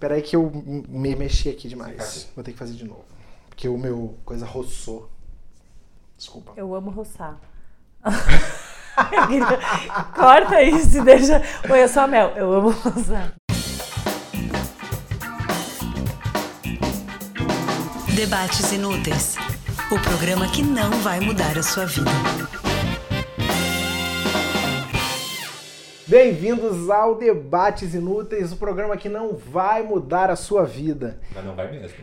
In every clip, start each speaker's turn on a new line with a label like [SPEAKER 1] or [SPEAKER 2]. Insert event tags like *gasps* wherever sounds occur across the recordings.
[SPEAKER 1] Peraí que eu me mexi aqui demais. Vou ter que fazer de novo. Porque o meu coisa roçou. Desculpa.
[SPEAKER 2] Eu amo roçar. *laughs* Corta isso e deixa. Oi, eu sou a Mel. Eu amo roçar.
[SPEAKER 3] Debates Inúteis o programa que não vai mudar a sua vida.
[SPEAKER 1] Bem-vindos ao Debates Inúteis, o programa que não vai mudar a sua vida.
[SPEAKER 4] Mas não vai mesmo.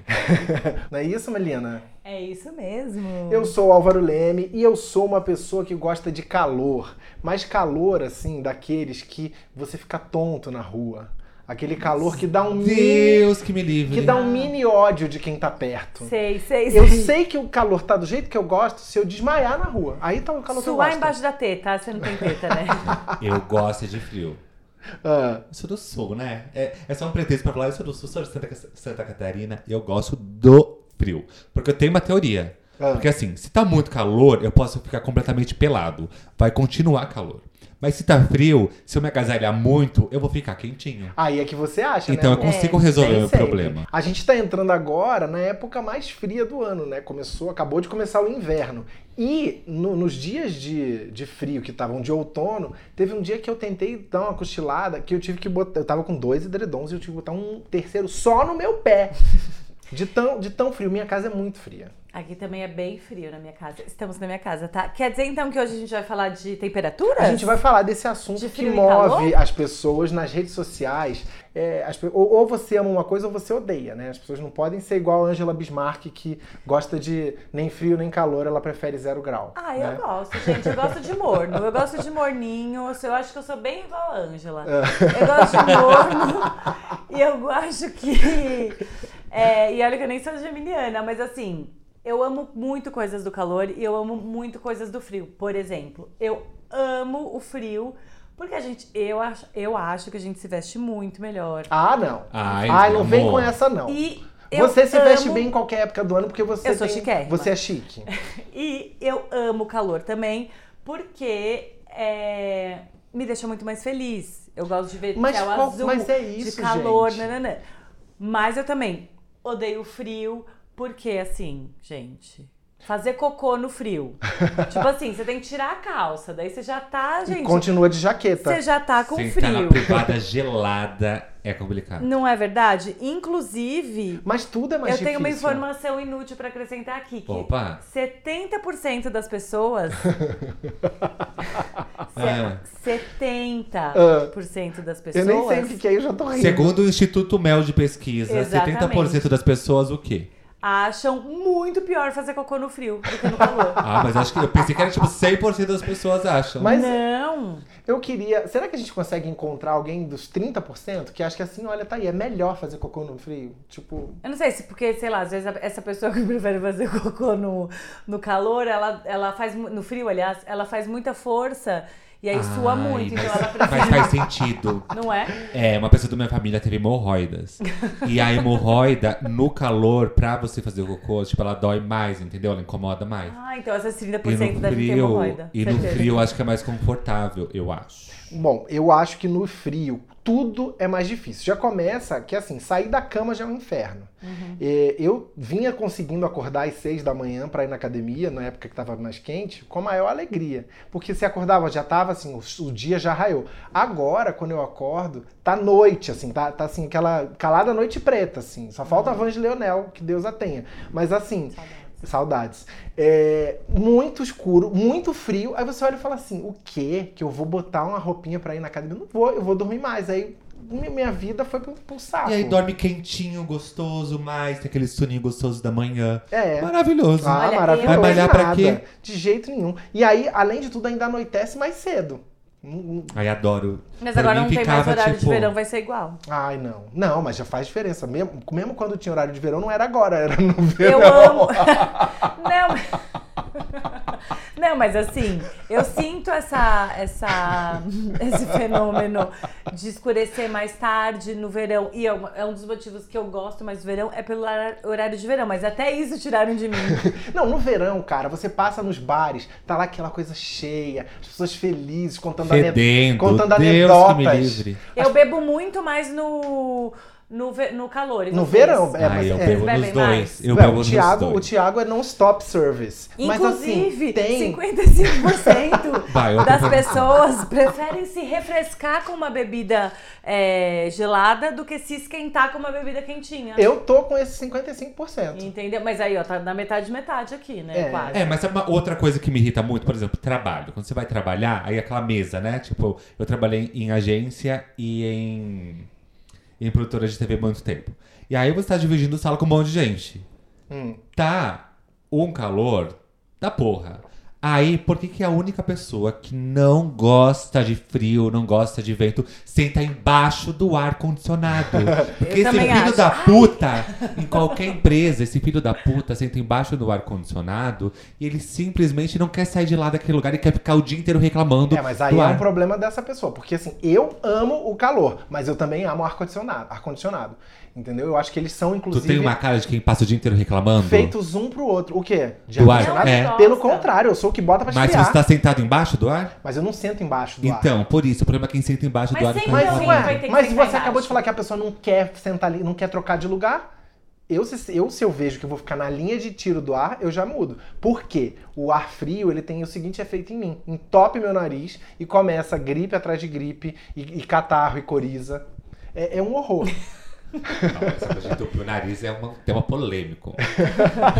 [SPEAKER 1] Não é isso, Melina?
[SPEAKER 2] É isso mesmo.
[SPEAKER 1] Eu sou o Álvaro Leme e eu sou uma pessoa que gosta de calor. Mas calor, assim, daqueles que você fica tonto na rua. Aquele calor que dá um mini,
[SPEAKER 4] Deus que me livre.
[SPEAKER 1] que dá um mini ódio de quem tá perto.
[SPEAKER 2] Sei, sei, sei.
[SPEAKER 1] Eu sei que o calor tá do jeito que eu gosto se eu desmaiar na rua. Aí tá o calor que eu
[SPEAKER 2] Suar
[SPEAKER 1] gosto.
[SPEAKER 2] embaixo da teta, você não tem teta, né? *laughs*
[SPEAKER 4] Eu gosto de frio.
[SPEAKER 1] Ah,
[SPEAKER 4] Eu sou do sul, né? É, é só um pretexto pra falar, eu sou do sul, sou de Santa, Ca- Santa Catarina e eu gosto do frio. Porque eu tenho uma teoria.
[SPEAKER 1] Ah.
[SPEAKER 4] Porque assim, se tá muito calor, eu posso ficar completamente pelado. Vai continuar calor. Mas se tá frio, se eu me agasalhar muito, eu vou ficar quentinho.
[SPEAKER 1] aí é que você acha,
[SPEAKER 4] Então eu
[SPEAKER 1] né? amor?
[SPEAKER 4] consigo resolver
[SPEAKER 1] Tem
[SPEAKER 4] o meu
[SPEAKER 1] sempre.
[SPEAKER 4] problema.
[SPEAKER 1] A gente tá entrando agora na época mais fria do ano, né? Começou, acabou de começar o inverno. E no- nos dias de, de frio que estavam de outono, teve um dia que eu tentei dar uma cochilada, que eu tive que botar. Eu tava com dois edredons e eu tive que botar um terceiro só no meu
[SPEAKER 2] *laughs*
[SPEAKER 1] pé. De tão, de tão frio. Minha casa é muito fria.
[SPEAKER 2] Aqui também é bem frio na minha casa. Estamos na minha casa, tá? Quer dizer então que hoje a gente vai falar de temperatura?
[SPEAKER 1] A gente vai falar desse assunto
[SPEAKER 2] De
[SPEAKER 1] que
[SPEAKER 2] frio e
[SPEAKER 1] move as pessoas nas redes sociais. É, as pe- ou, ou você ama uma coisa ou você odeia, né? As pessoas não podem ser igual a Angela Bismarck, que gosta de nem frio nem calor, ela prefere zero grau.
[SPEAKER 2] Ah, eu
[SPEAKER 1] né?
[SPEAKER 2] gosto, gente. Eu gosto de morno. Eu gosto de morninho. Eu sou- Eu acho que eu sou bem igual a Ângela.
[SPEAKER 1] É.
[SPEAKER 2] Eu gosto de morno. *laughs* e eu acho que. é, e olha que eu nem sou geminiana, mas assim, eu amo muito coisas do calor e eu amo muito coisas do frio. Por exemplo, eu amo o frio. Porque a gente, eu acho, eu acho que a gente se veste muito melhor.
[SPEAKER 1] Ah, não.
[SPEAKER 4] Ai,
[SPEAKER 1] não
[SPEAKER 4] amor.
[SPEAKER 1] vem com essa, não.
[SPEAKER 2] E eu
[SPEAKER 1] Você se
[SPEAKER 2] amo-
[SPEAKER 1] veste bem em qualquer época do ano porque você
[SPEAKER 2] Eu sou
[SPEAKER 1] tem-
[SPEAKER 2] chiquérrima.
[SPEAKER 1] Você é chique.
[SPEAKER 2] E eu amo o calor também, porque é, me deixa muito mais feliz. Eu gosto de ver
[SPEAKER 1] Mas
[SPEAKER 2] céu
[SPEAKER 1] qual-
[SPEAKER 2] azul,
[SPEAKER 1] mas é isso,
[SPEAKER 2] de calor,
[SPEAKER 1] gente.
[SPEAKER 2] nananã. Mas eu também odeio o frio, porque assim, gente... Fazer cocô
[SPEAKER 1] *laughs*
[SPEAKER 2] no frio. tipo assim, você tem que tirar a calça. Daí você já tá,
[SPEAKER 1] E
[SPEAKER 2] gente.
[SPEAKER 1] continua de jaqueta.
[SPEAKER 2] Você já tá com
[SPEAKER 4] Sentar na
[SPEAKER 2] frio.
[SPEAKER 4] privada gelada é complicado.
[SPEAKER 2] *laughs* Não é verdade? Inclusive,
[SPEAKER 1] Mas tudo é mais
[SPEAKER 2] eu tenho uma
[SPEAKER 1] difícil.
[SPEAKER 2] informação inútil pra acrescentar aqui. Que
[SPEAKER 4] Opa.
[SPEAKER 2] 70% das pessoas.
[SPEAKER 4] É.
[SPEAKER 2] Se- 70% das pessoas.
[SPEAKER 1] Ah, Eu nem sei o que que é, eu já tô rindo.
[SPEAKER 4] Segundo o Instituto Mel de Pesquisa,
[SPEAKER 2] Exatamente.
[SPEAKER 4] 70% das pessoas o quê?
[SPEAKER 2] Acham muito pior fazer cocô no frio do que no calor.
[SPEAKER 4] Ah, mas acho que eu pensei que era tipo 100% das pessoas
[SPEAKER 1] *laughs*
[SPEAKER 4] acham.
[SPEAKER 1] Mas é-
[SPEAKER 2] Não!
[SPEAKER 1] Eu queria. Será que a gente consegue encontrar alguém dos 30% que acha que assim, olha, tá aí, é melhor fazer cocô no frio? Tipo.
[SPEAKER 2] Eu não sei se porque, sei lá, às vezes a- essa pessoa que *laughs* prefere fazer cocô no, no calor, ela, ela faz. mu- No frio, aliás, ela faz muita força e aí sua sua
[SPEAKER 4] Ai,
[SPEAKER 2] muito.
[SPEAKER 4] mas,
[SPEAKER 2] Então ela
[SPEAKER 4] mas
[SPEAKER 2] prefere.
[SPEAKER 4] faz sentido.
[SPEAKER 2] Não é?
[SPEAKER 4] É, uma pessoa da minha família teve hemorroidas. E a hemorroida, no calor, pra você fazer o cocô, tipo, ela dói mais, entendeu? Ela incomoda mais.
[SPEAKER 2] Ah, então essas
[SPEAKER 4] E
[SPEAKER 2] 30% devem
[SPEAKER 4] no
[SPEAKER 2] ter
[SPEAKER 4] frio,
[SPEAKER 2] hemorroida.
[SPEAKER 4] e no
[SPEAKER 2] certeza.
[SPEAKER 4] frio eu acho que é mais confortável, eu acho.
[SPEAKER 1] Bom, eu acho que no frio tudo é mais difícil. Já começa que assim, sair da cama já é um inferno. É, eu vinha conseguindo acordar às 6 da manhã pra ir na academia, na época que tava mais quente, com a maior alegria. Porque se acordava, já tava assim, o, o dia já raiou. Agora, quando eu acordo, tá noite, assim, tá, tá assim, aquela calada noite preta, assim. Só falta a Vange Leonel, que Deus a tenha. Mas assim, Saudades. É, muito escuro, muito frio. Aí você olha e fala assim: o quê? Que eu vou botar uma roupinha pra ir na academia? Não vou, eu vou dormir mais. Aí mi- minha vida foi pro, pro um saco.
[SPEAKER 4] E aí dorme quentinho, gostoso, mais, tem aquele soninho gostoso da manhã.
[SPEAKER 1] É.
[SPEAKER 4] Maravilhoso.
[SPEAKER 1] Ah,
[SPEAKER 2] Olha,
[SPEAKER 1] maravilhoso.
[SPEAKER 2] eu-
[SPEAKER 4] Vai malhar pra
[SPEAKER 1] nada.
[SPEAKER 4] quê?
[SPEAKER 1] De jeito nenhum. E aí, além de tudo, ainda anoitece mais cedo. Hum, hum.
[SPEAKER 4] Ai, adoro.
[SPEAKER 2] Mas
[SPEAKER 4] Pra
[SPEAKER 2] agora
[SPEAKER 4] mim
[SPEAKER 2] não tem mais
[SPEAKER 4] ficava,
[SPEAKER 2] horário de
[SPEAKER 4] tipo,
[SPEAKER 2] verão, vai ser igual.
[SPEAKER 1] Ai, não. Não, mas já faz diferença. Mesmo, mesmo quando tinha horário de verão, não era agora, era no verão.
[SPEAKER 2] Eu amo. *laughs* não. mas- *laughs* Não, mas assim, eu sinto essa, essa, esse fenômeno de escurecer mais tarde no verão. E é um, é um dos motivos que eu gosto mais do verão, é pelo hora- horário de verão. Mas até isso tiraram
[SPEAKER 1] *laughs*
[SPEAKER 2] de mim.
[SPEAKER 1] Não, no verão, cara, você passa nos bares, tá lá aquela coisa cheia, as pessoas felizes, contando, ane-
[SPEAKER 4] Fedendo,
[SPEAKER 1] contando
[SPEAKER 4] Deus que me
[SPEAKER 1] anedotas.
[SPEAKER 4] livre.
[SPEAKER 2] Eu bebo muito mais no, no, ve- no calor. e
[SPEAKER 1] No
[SPEAKER 2] vocês?
[SPEAKER 1] verão, é,
[SPEAKER 4] Ah,
[SPEAKER 1] mas
[SPEAKER 4] eu
[SPEAKER 1] é.
[SPEAKER 4] pego
[SPEAKER 2] Bebem mais.
[SPEAKER 4] nos dois. Eu
[SPEAKER 1] Ué,
[SPEAKER 4] pego
[SPEAKER 1] o,
[SPEAKER 4] nos
[SPEAKER 1] Thiago, o
[SPEAKER 4] dois.
[SPEAKER 1] Thiago é non-stop service.
[SPEAKER 2] Inclusive,
[SPEAKER 1] mas assim, tem.
[SPEAKER 2] 55%
[SPEAKER 4] Vai, outra
[SPEAKER 1] *laughs*
[SPEAKER 2] das
[SPEAKER 4] pergunta.
[SPEAKER 2] pessoas preferem se refrescar com uma bebida é, gelada do que se esquentar com uma bebida quentinha.
[SPEAKER 1] Eu tô com esse 55%.
[SPEAKER 2] Entendeu? Mas aí, ó, tá na metade, metade aqui, né?
[SPEAKER 1] É.
[SPEAKER 2] Quase.
[SPEAKER 4] É, mas sabe uma outra coisa que me irrita muito, por exemplo, trabalho. Quando você vai trabalhar, aí aquela mesa, né? Tipo, eu trabalhei em agência e em, em produtora de TV muito tempo. E aí você tá dividindo sala com um monte de gente.
[SPEAKER 1] Hum.
[SPEAKER 4] Tá um calor da porra. Aí, por que, que a única pessoa que não gosta de frio, não gosta de vento, senta embaixo do ar-condicionado?
[SPEAKER 2] *laughs*
[SPEAKER 4] Porque esse
[SPEAKER 2] também
[SPEAKER 4] filho
[SPEAKER 2] acho.
[SPEAKER 4] da puta, em qualquer empresa, esse filho da puta senta embaixo do ar-condicionado e ele simplesmente não quer sair de lá daquele lugar e quer ficar o dia inteiro reclamando.
[SPEAKER 1] É, mas aí
[SPEAKER 4] do
[SPEAKER 1] é
[SPEAKER 4] ar.
[SPEAKER 1] um problema dessa pessoa. Porque assim, eu amo o calor, mas eu também amo ar-condicionado. Ar-condicionado. Entendeu? Eu acho que eles são,
[SPEAKER 4] Tu
[SPEAKER 1] inclusive,
[SPEAKER 4] tem uma cara de quem passa o dia inteiro reclamando?
[SPEAKER 1] feitos um pro outro. O quê? De
[SPEAKER 4] Do ar,
[SPEAKER 1] ar-condicionado?
[SPEAKER 4] é.
[SPEAKER 1] Pelo
[SPEAKER 2] Nossa.
[SPEAKER 1] contrário, eu sou o que bota pra
[SPEAKER 4] Mas
[SPEAKER 1] esfriar.
[SPEAKER 4] você tá sentado embaixo do ar?
[SPEAKER 1] Mas eu não sento embaixo do ar.
[SPEAKER 4] Então, por isso, o problema é quem senta embaixo
[SPEAKER 2] Mas
[SPEAKER 4] do ar. e
[SPEAKER 2] sempre
[SPEAKER 4] faz
[SPEAKER 1] Mas,
[SPEAKER 2] Então,
[SPEAKER 4] isso.
[SPEAKER 2] alguém
[SPEAKER 1] ué,
[SPEAKER 2] vai ter que
[SPEAKER 1] mas
[SPEAKER 2] sentar
[SPEAKER 1] você acabou
[SPEAKER 2] embaixo.
[SPEAKER 1] de falar que a pessoa não quer sentar ali, não quer trocar de lugar. Eu se, eu, se eu vejo que eu vou ficar na linha de tiro do ar, eu já mudo. Por quê? O ar frio, ele tem o seguinte efeito em mim. Entope meu nariz e começa gripe atrás de gripe, e, e catarro, e coriza. É, é um horror.
[SPEAKER 4] Nossa, mas entupir o nariz é um tema polêmico.
[SPEAKER 1] *laughs*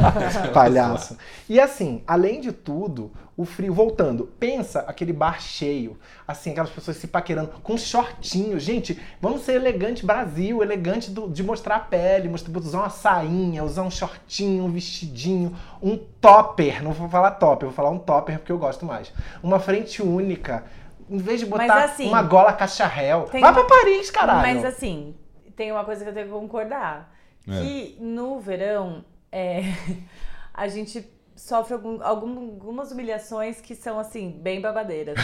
[SPEAKER 1] Palhaço. E assim, além de tudo, o frio, voltando, pensa aquele bar cheio, assim, aquelas pessoas se paquerando com shortinho. Gente, vamos ser elegante Brasil, elegante do- de mostrar a pele, mostrar, usar uma sainha, usar um shortinho, um vestidinho, um topper. Não vou falar topper, vou falar um topper porque eu gosto mais. Uma frente única. Em vez de
[SPEAKER 2] Mas
[SPEAKER 1] botar
[SPEAKER 2] assim,
[SPEAKER 1] uma gola cacharel.
[SPEAKER 2] tem
[SPEAKER 1] Vai
[SPEAKER 2] uma-
[SPEAKER 1] pra Paris, caralho.
[SPEAKER 2] Mas assim, tem uma coisa que eu tenho que concordar.
[SPEAKER 4] É.
[SPEAKER 2] Que no verão, é, *laughs* a gente sofre algum- algum- algumas humilhações que são, assim,
[SPEAKER 1] *laughs*
[SPEAKER 2] bem babadeiras.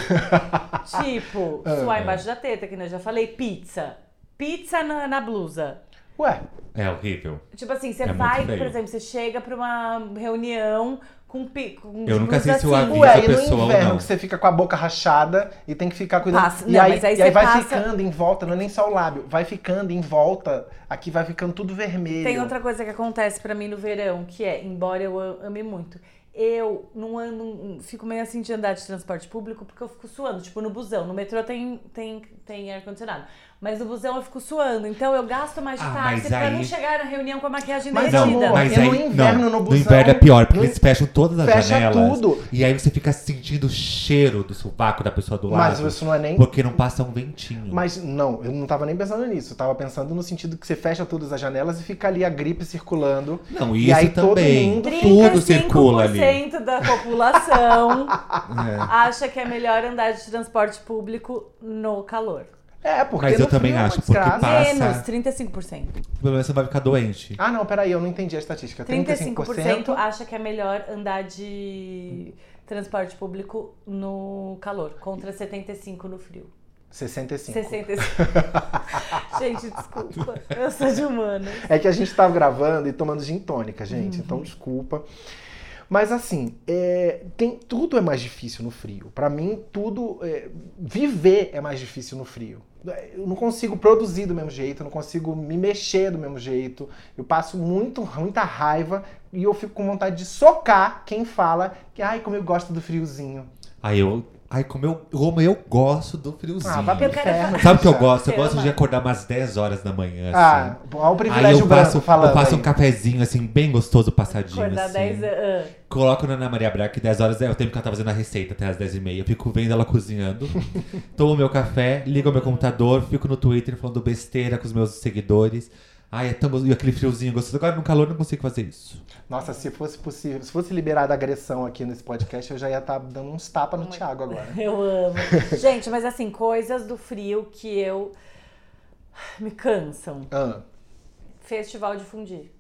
[SPEAKER 2] tipo,
[SPEAKER 1] É.
[SPEAKER 2] suar embaixo da teta, que eu já falei, pizza. Pizza na, na blusa.
[SPEAKER 1] Ué,
[SPEAKER 4] É horrível.
[SPEAKER 2] Tipo assim, você
[SPEAKER 4] É muito
[SPEAKER 2] vai,
[SPEAKER 4] feio.
[SPEAKER 2] por exemplo, você chega pra uma reunião com... pi- com
[SPEAKER 4] Eu nunca sei
[SPEAKER 2] blusa
[SPEAKER 4] se eu
[SPEAKER 2] assim.
[SPEAKER 4] havia-
[SPEAKER 1] Ué,
[SPEAKER 4] essa
[SPEAKER 1] e no
[SPEAKER 4] pessoa ou
[SPEAKER 1] inverno
[SPEAKER 4] não.
[SPEAKER 1] que você fica com a boca rachada e tem que ficar cuidando.
[SPEAKER 2] Passa.
[SPEAKER 1] E
[SPEAKER 2] Não,
[SPEAKER 1] aí,
[SPEAKER 2] mas aí
[SPEAKER 1] e aí
[SPEAKER 2] você
[SPEAKER 1] vai
[SPEAKER 2] passa-
[SPEAKER 1] ficando em volta, não é nem só o lábio, vai ficando em volta, aqui vai ficando tudo vermelho.
[SPEAKER 2] Tem outra coisa que acontece pra mim no verão, que é, embora eu a- ame muito, eu não ando, fico meio assim de andar de transporte público porque eu fico suando, tipo no busão. No metrô tem, tem, tem ar-condicionado, mas no busão eu fico suando, então eu gasto mais
[SPEAKER 4] Ah,
[SPEAKER 2] táxi
[SPEAKER 4] mas
[SPEAKER 2] pra
[SPEAKER 4] aí-
[SPEAKER 2] não chegar na reunião com a maquiagem
[SPEAKER 1] Mas
[SPEAKER 2] derretida.
[SPEAKER 1] amor,
[SPEAKER 4] mas
[SPEAKER 1] e
[SPEAKER 4] aí,
[SPEAKER 1] no inverno,
[SPEAKER 4] não,
[SPEAKER 1] no busão,
[SPEAKER 4] inverno é pior, porque
[SPEAKER 1] no-
[SPEAKER 4] eles fecham todas as
[SPEAKER 1] Fecha
[SPEAKER 4] janelas.
[SPEAKER 1] tudo.
[SPEAKER 4] E aí você fica sentindo o cheiro do sovaco da pessoa do
[SPEAKER 1] Mas
[SPEAKER 4] lado.
[SPEAKER 1] isso não é nem-
[SPEAKER 4] Porque não passa um ventinho.
[SPEAKER 1] Mas não, eu não tava nem pensando nisso. Eu tava pensando no sentido que você fecha todas as janelas e fica ali a gripe circulando.
[SPEAKER 4] Não,
[SPEAKER 1] E
[SPEAKER 4] isso
[SPEAKER 1] aí todo
[SPEAKER 4] também.
[SPEAKER 1] mundo
[SPEAKER 4] Tudo circula ali.
[SPEAKER 2] 35% da
[SPEAKER 4] *laughs*
[SPEAKER 2] população acha que é melhor andar de transporte público no calor.
[SPEAKER 1] É, porque
[SPEAKER 4] Mas
[SPEAKER 1] no
[SPEAKER 4] eu também
[SPEAKER 1] frio é uma
[SPEAKER 4] acho, porque
[SPEAKER 1] desgraça.
[SPEAKER 4] passa-
[SPEAKER 2] Menos 35%.
[SPEAKER 4] Pelo menos é você não vai ficar doente.
[SPEAKER 1] Ah, não, peraí, eu não entendi a estatística.
[SPEAKER 2] 35% acha que é melhor andar de transporte público no calor, contra 75% no frio.
[SPEAKER 1] 65.
[SPEAKER 2] 65%.
[SPEAKER 4] *laughs*
[SPEAKER 2] Gente, desculpa. Eu sou de humano.
[SPEAKER 1] É que a gente tava gravando e tomando gin tônica, gente. Então, desculpa. Mas assim, é, tem, tudo é mais difícil no frio. Pra mim, tudo. é, viver é mais difícil no frio. Eu não consigo produzir do mesmo jeito, eu não consigo me mexer do mesmo jeito. Eu passo muito, muita raiva e eu fico com vontade de socar quem fala que, ai, como eu gosto do friozinho.
[SPEAKER 4] Aí eu. Ai, como eu, como eu gosto do friozinho.
[SPEAKER 1] Ah, vai pro
[SPEAKER 2] Eu quero
[SPEAKER 1] inferno.
[SPEAKER 4] Sabe o que eu
[SPEAKER 1] bicha.
[SPEAKER 4] gosto? Eu
[SPEAKER 2] Sei
[SPEAKER 4] gosto
[SPEAKER 2] lá.
[SPEAKER 4] de acordar umas 10 horas da manhã. assim.
[SPEAKER 1] Ah, olha o
[SPEAKER 4] Aí
[SPEAKER 1] privilégio
[SPEAKER 4] eu faço,
[SPEAKER 1] branco falando.
[SPEAKER 4] eu faço um
[SPEAKER 1] aí.
[SPEAKER 4] cafezinho, assim, bem gostoso, passadinho.
[SPEAKER 2] Acordar
[SPEAKER 4] assim.
[SPEAKER 2] 10 anos.
[SPEAKER 4] Coloco na Ana Maria Braga, que 10 horas é o tempo que ela tá fazendo a receita, até as 10 e meia. Eu fico vendo ela cozinhando, tomo meu café, ligo meu computador, fico no Twitter falando besteira com os meus seguidores. Ai, é tão gostoso. E aquele friozinho gostoso. Agora no calor eu não consigo fazer isso.
[SPEAKER 1] Nossa, se fosse possível, se fosse liberada a agressão aqui nesse podcast, eu já ia estar dando uns tapas no Thiago agora.
[SPEAKER 2] *laughs* ah, Eu amo. Gente, mas assim, coisas do frio que eu. me cansam.
[SPEAKER 1] Ah,
[SPEAKER 2] Festival de
[SPEAKER 1] *laughs*
[SPEAKER 2] fundir.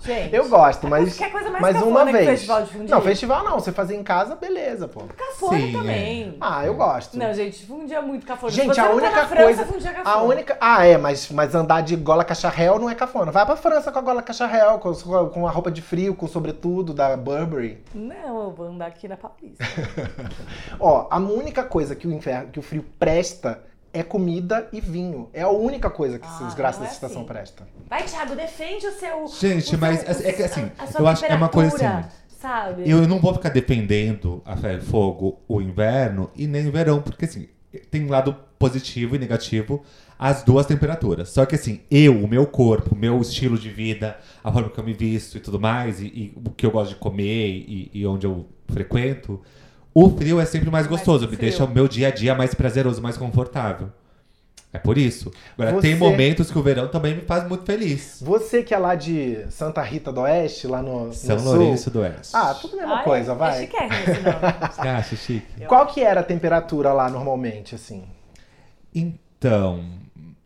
[SPEAKER 2] Gente.
[SPEAKER 1] eu gosto, mas.
[SPEAKER 2] qualquer coisa É mais
[SPEAKER 1] mas
[SPEAKER 2] cafona
[SPEAKER 1] uma
[SPEAKER 2] que
[SPEAKER 1] vez.
[SPEAKER 2] festival de fundir.
[SPEAKER 1] Não, festival não. Você fazer em casa, beleza, pô.
[SPEAKER 2] Cafona
[SPEAKER 4] Sim, é.
[SPEAKER 2] também.
[SPEAKER 1] Ah, eu gosto.
[SPEAKER 2] Não, gente, fundia muito cafona. Se
[SPEAKER 1] Gente,
[SPEAKER 2] você
[SPEAKER 1] a
[SPEAKER 2] não
[SPEAKER 1] única
[SPEAKER 2] tá na
[SPEAKER 1] coisa.
[SPEAKER 2] França, fundia cafona.
[SPEAKER 1] a única. Ah, é, mas, mas andar de gola cacharel não é cafona. Vai pra França com a gola cacharel, com, com a roupa de frio, com o sobretudo da Burberry.
[SPEAKER 2] Não, eu vou andar aqui na Paulista.
[SPEAKER 1] Ó, a única coisa que o inferno, que o frio presta é comida e vinho. É a única coisa que
[SPEAKER 2] Ah,
[SPEAKER 1] esses graças
[SPEAKER 2] não é
[SPEAKER 1] dessa estação
[SPEAKER 2] assim.
[SPEAKER 1] presta.
[SPEAKER 2] Vai, Thiago, defende o seu.
[SPEAKER 4] Gente,
[SPEAKER 2] o seu-
[SPEAKER 4] mas,
[SPEAKER 2] o-
[SPEAKER 4] assim, é que, assim,
[SPEAKER 2] a- a sua
[SPEAKER 4] eu acho que é uma coisa assim,
[SPEAKER 2] temperatura, Sabe?
[SPEAKER 4] E eu não vou ficar defendendo a ferro e fogo o inverno e nem o verão, porque assim, tem lado positivo e negativo as duas temperaturas. Só que assim, eu, o meu corpo, o meu estilo de vida, a forma que eu me visto e tudo mais, e, e o que eu gosto de comer e, e onde eu frequento, o frio é sempre mais gostoso, me
[SPEAKER 2] frio.
[SPEAKER 4] deixa o meu dia a dia mais prazeroso, mais confortável. É por isso. Agora, tem
[SPEAKER 1] Você-
[SPEAKER 4] momentos que o verão também me faz muito feliz.
[SPEAKER 1] Você que é lá de Santa Rita do Oeste, lá no, no
[SPEAKER 4] São
[SPEAKER 1] sul.
[SPEAKER 4] Lourenço do Oeste.
[SPEAKER 1] Ah, tudo a mesma
[SPEAKER 2] Ai,
[SPEAKER 1] coisa,
[SPEAKER 2] É
[SPEAKER 1] vai.
[SPEAKER 2] chiquérrimo esse nome.
[SPEAKER 4] Você acha chique?
[SPEAKER 1] Qual que era a temperatura lá normalmente, assim?
[SPEAKER 4] Então,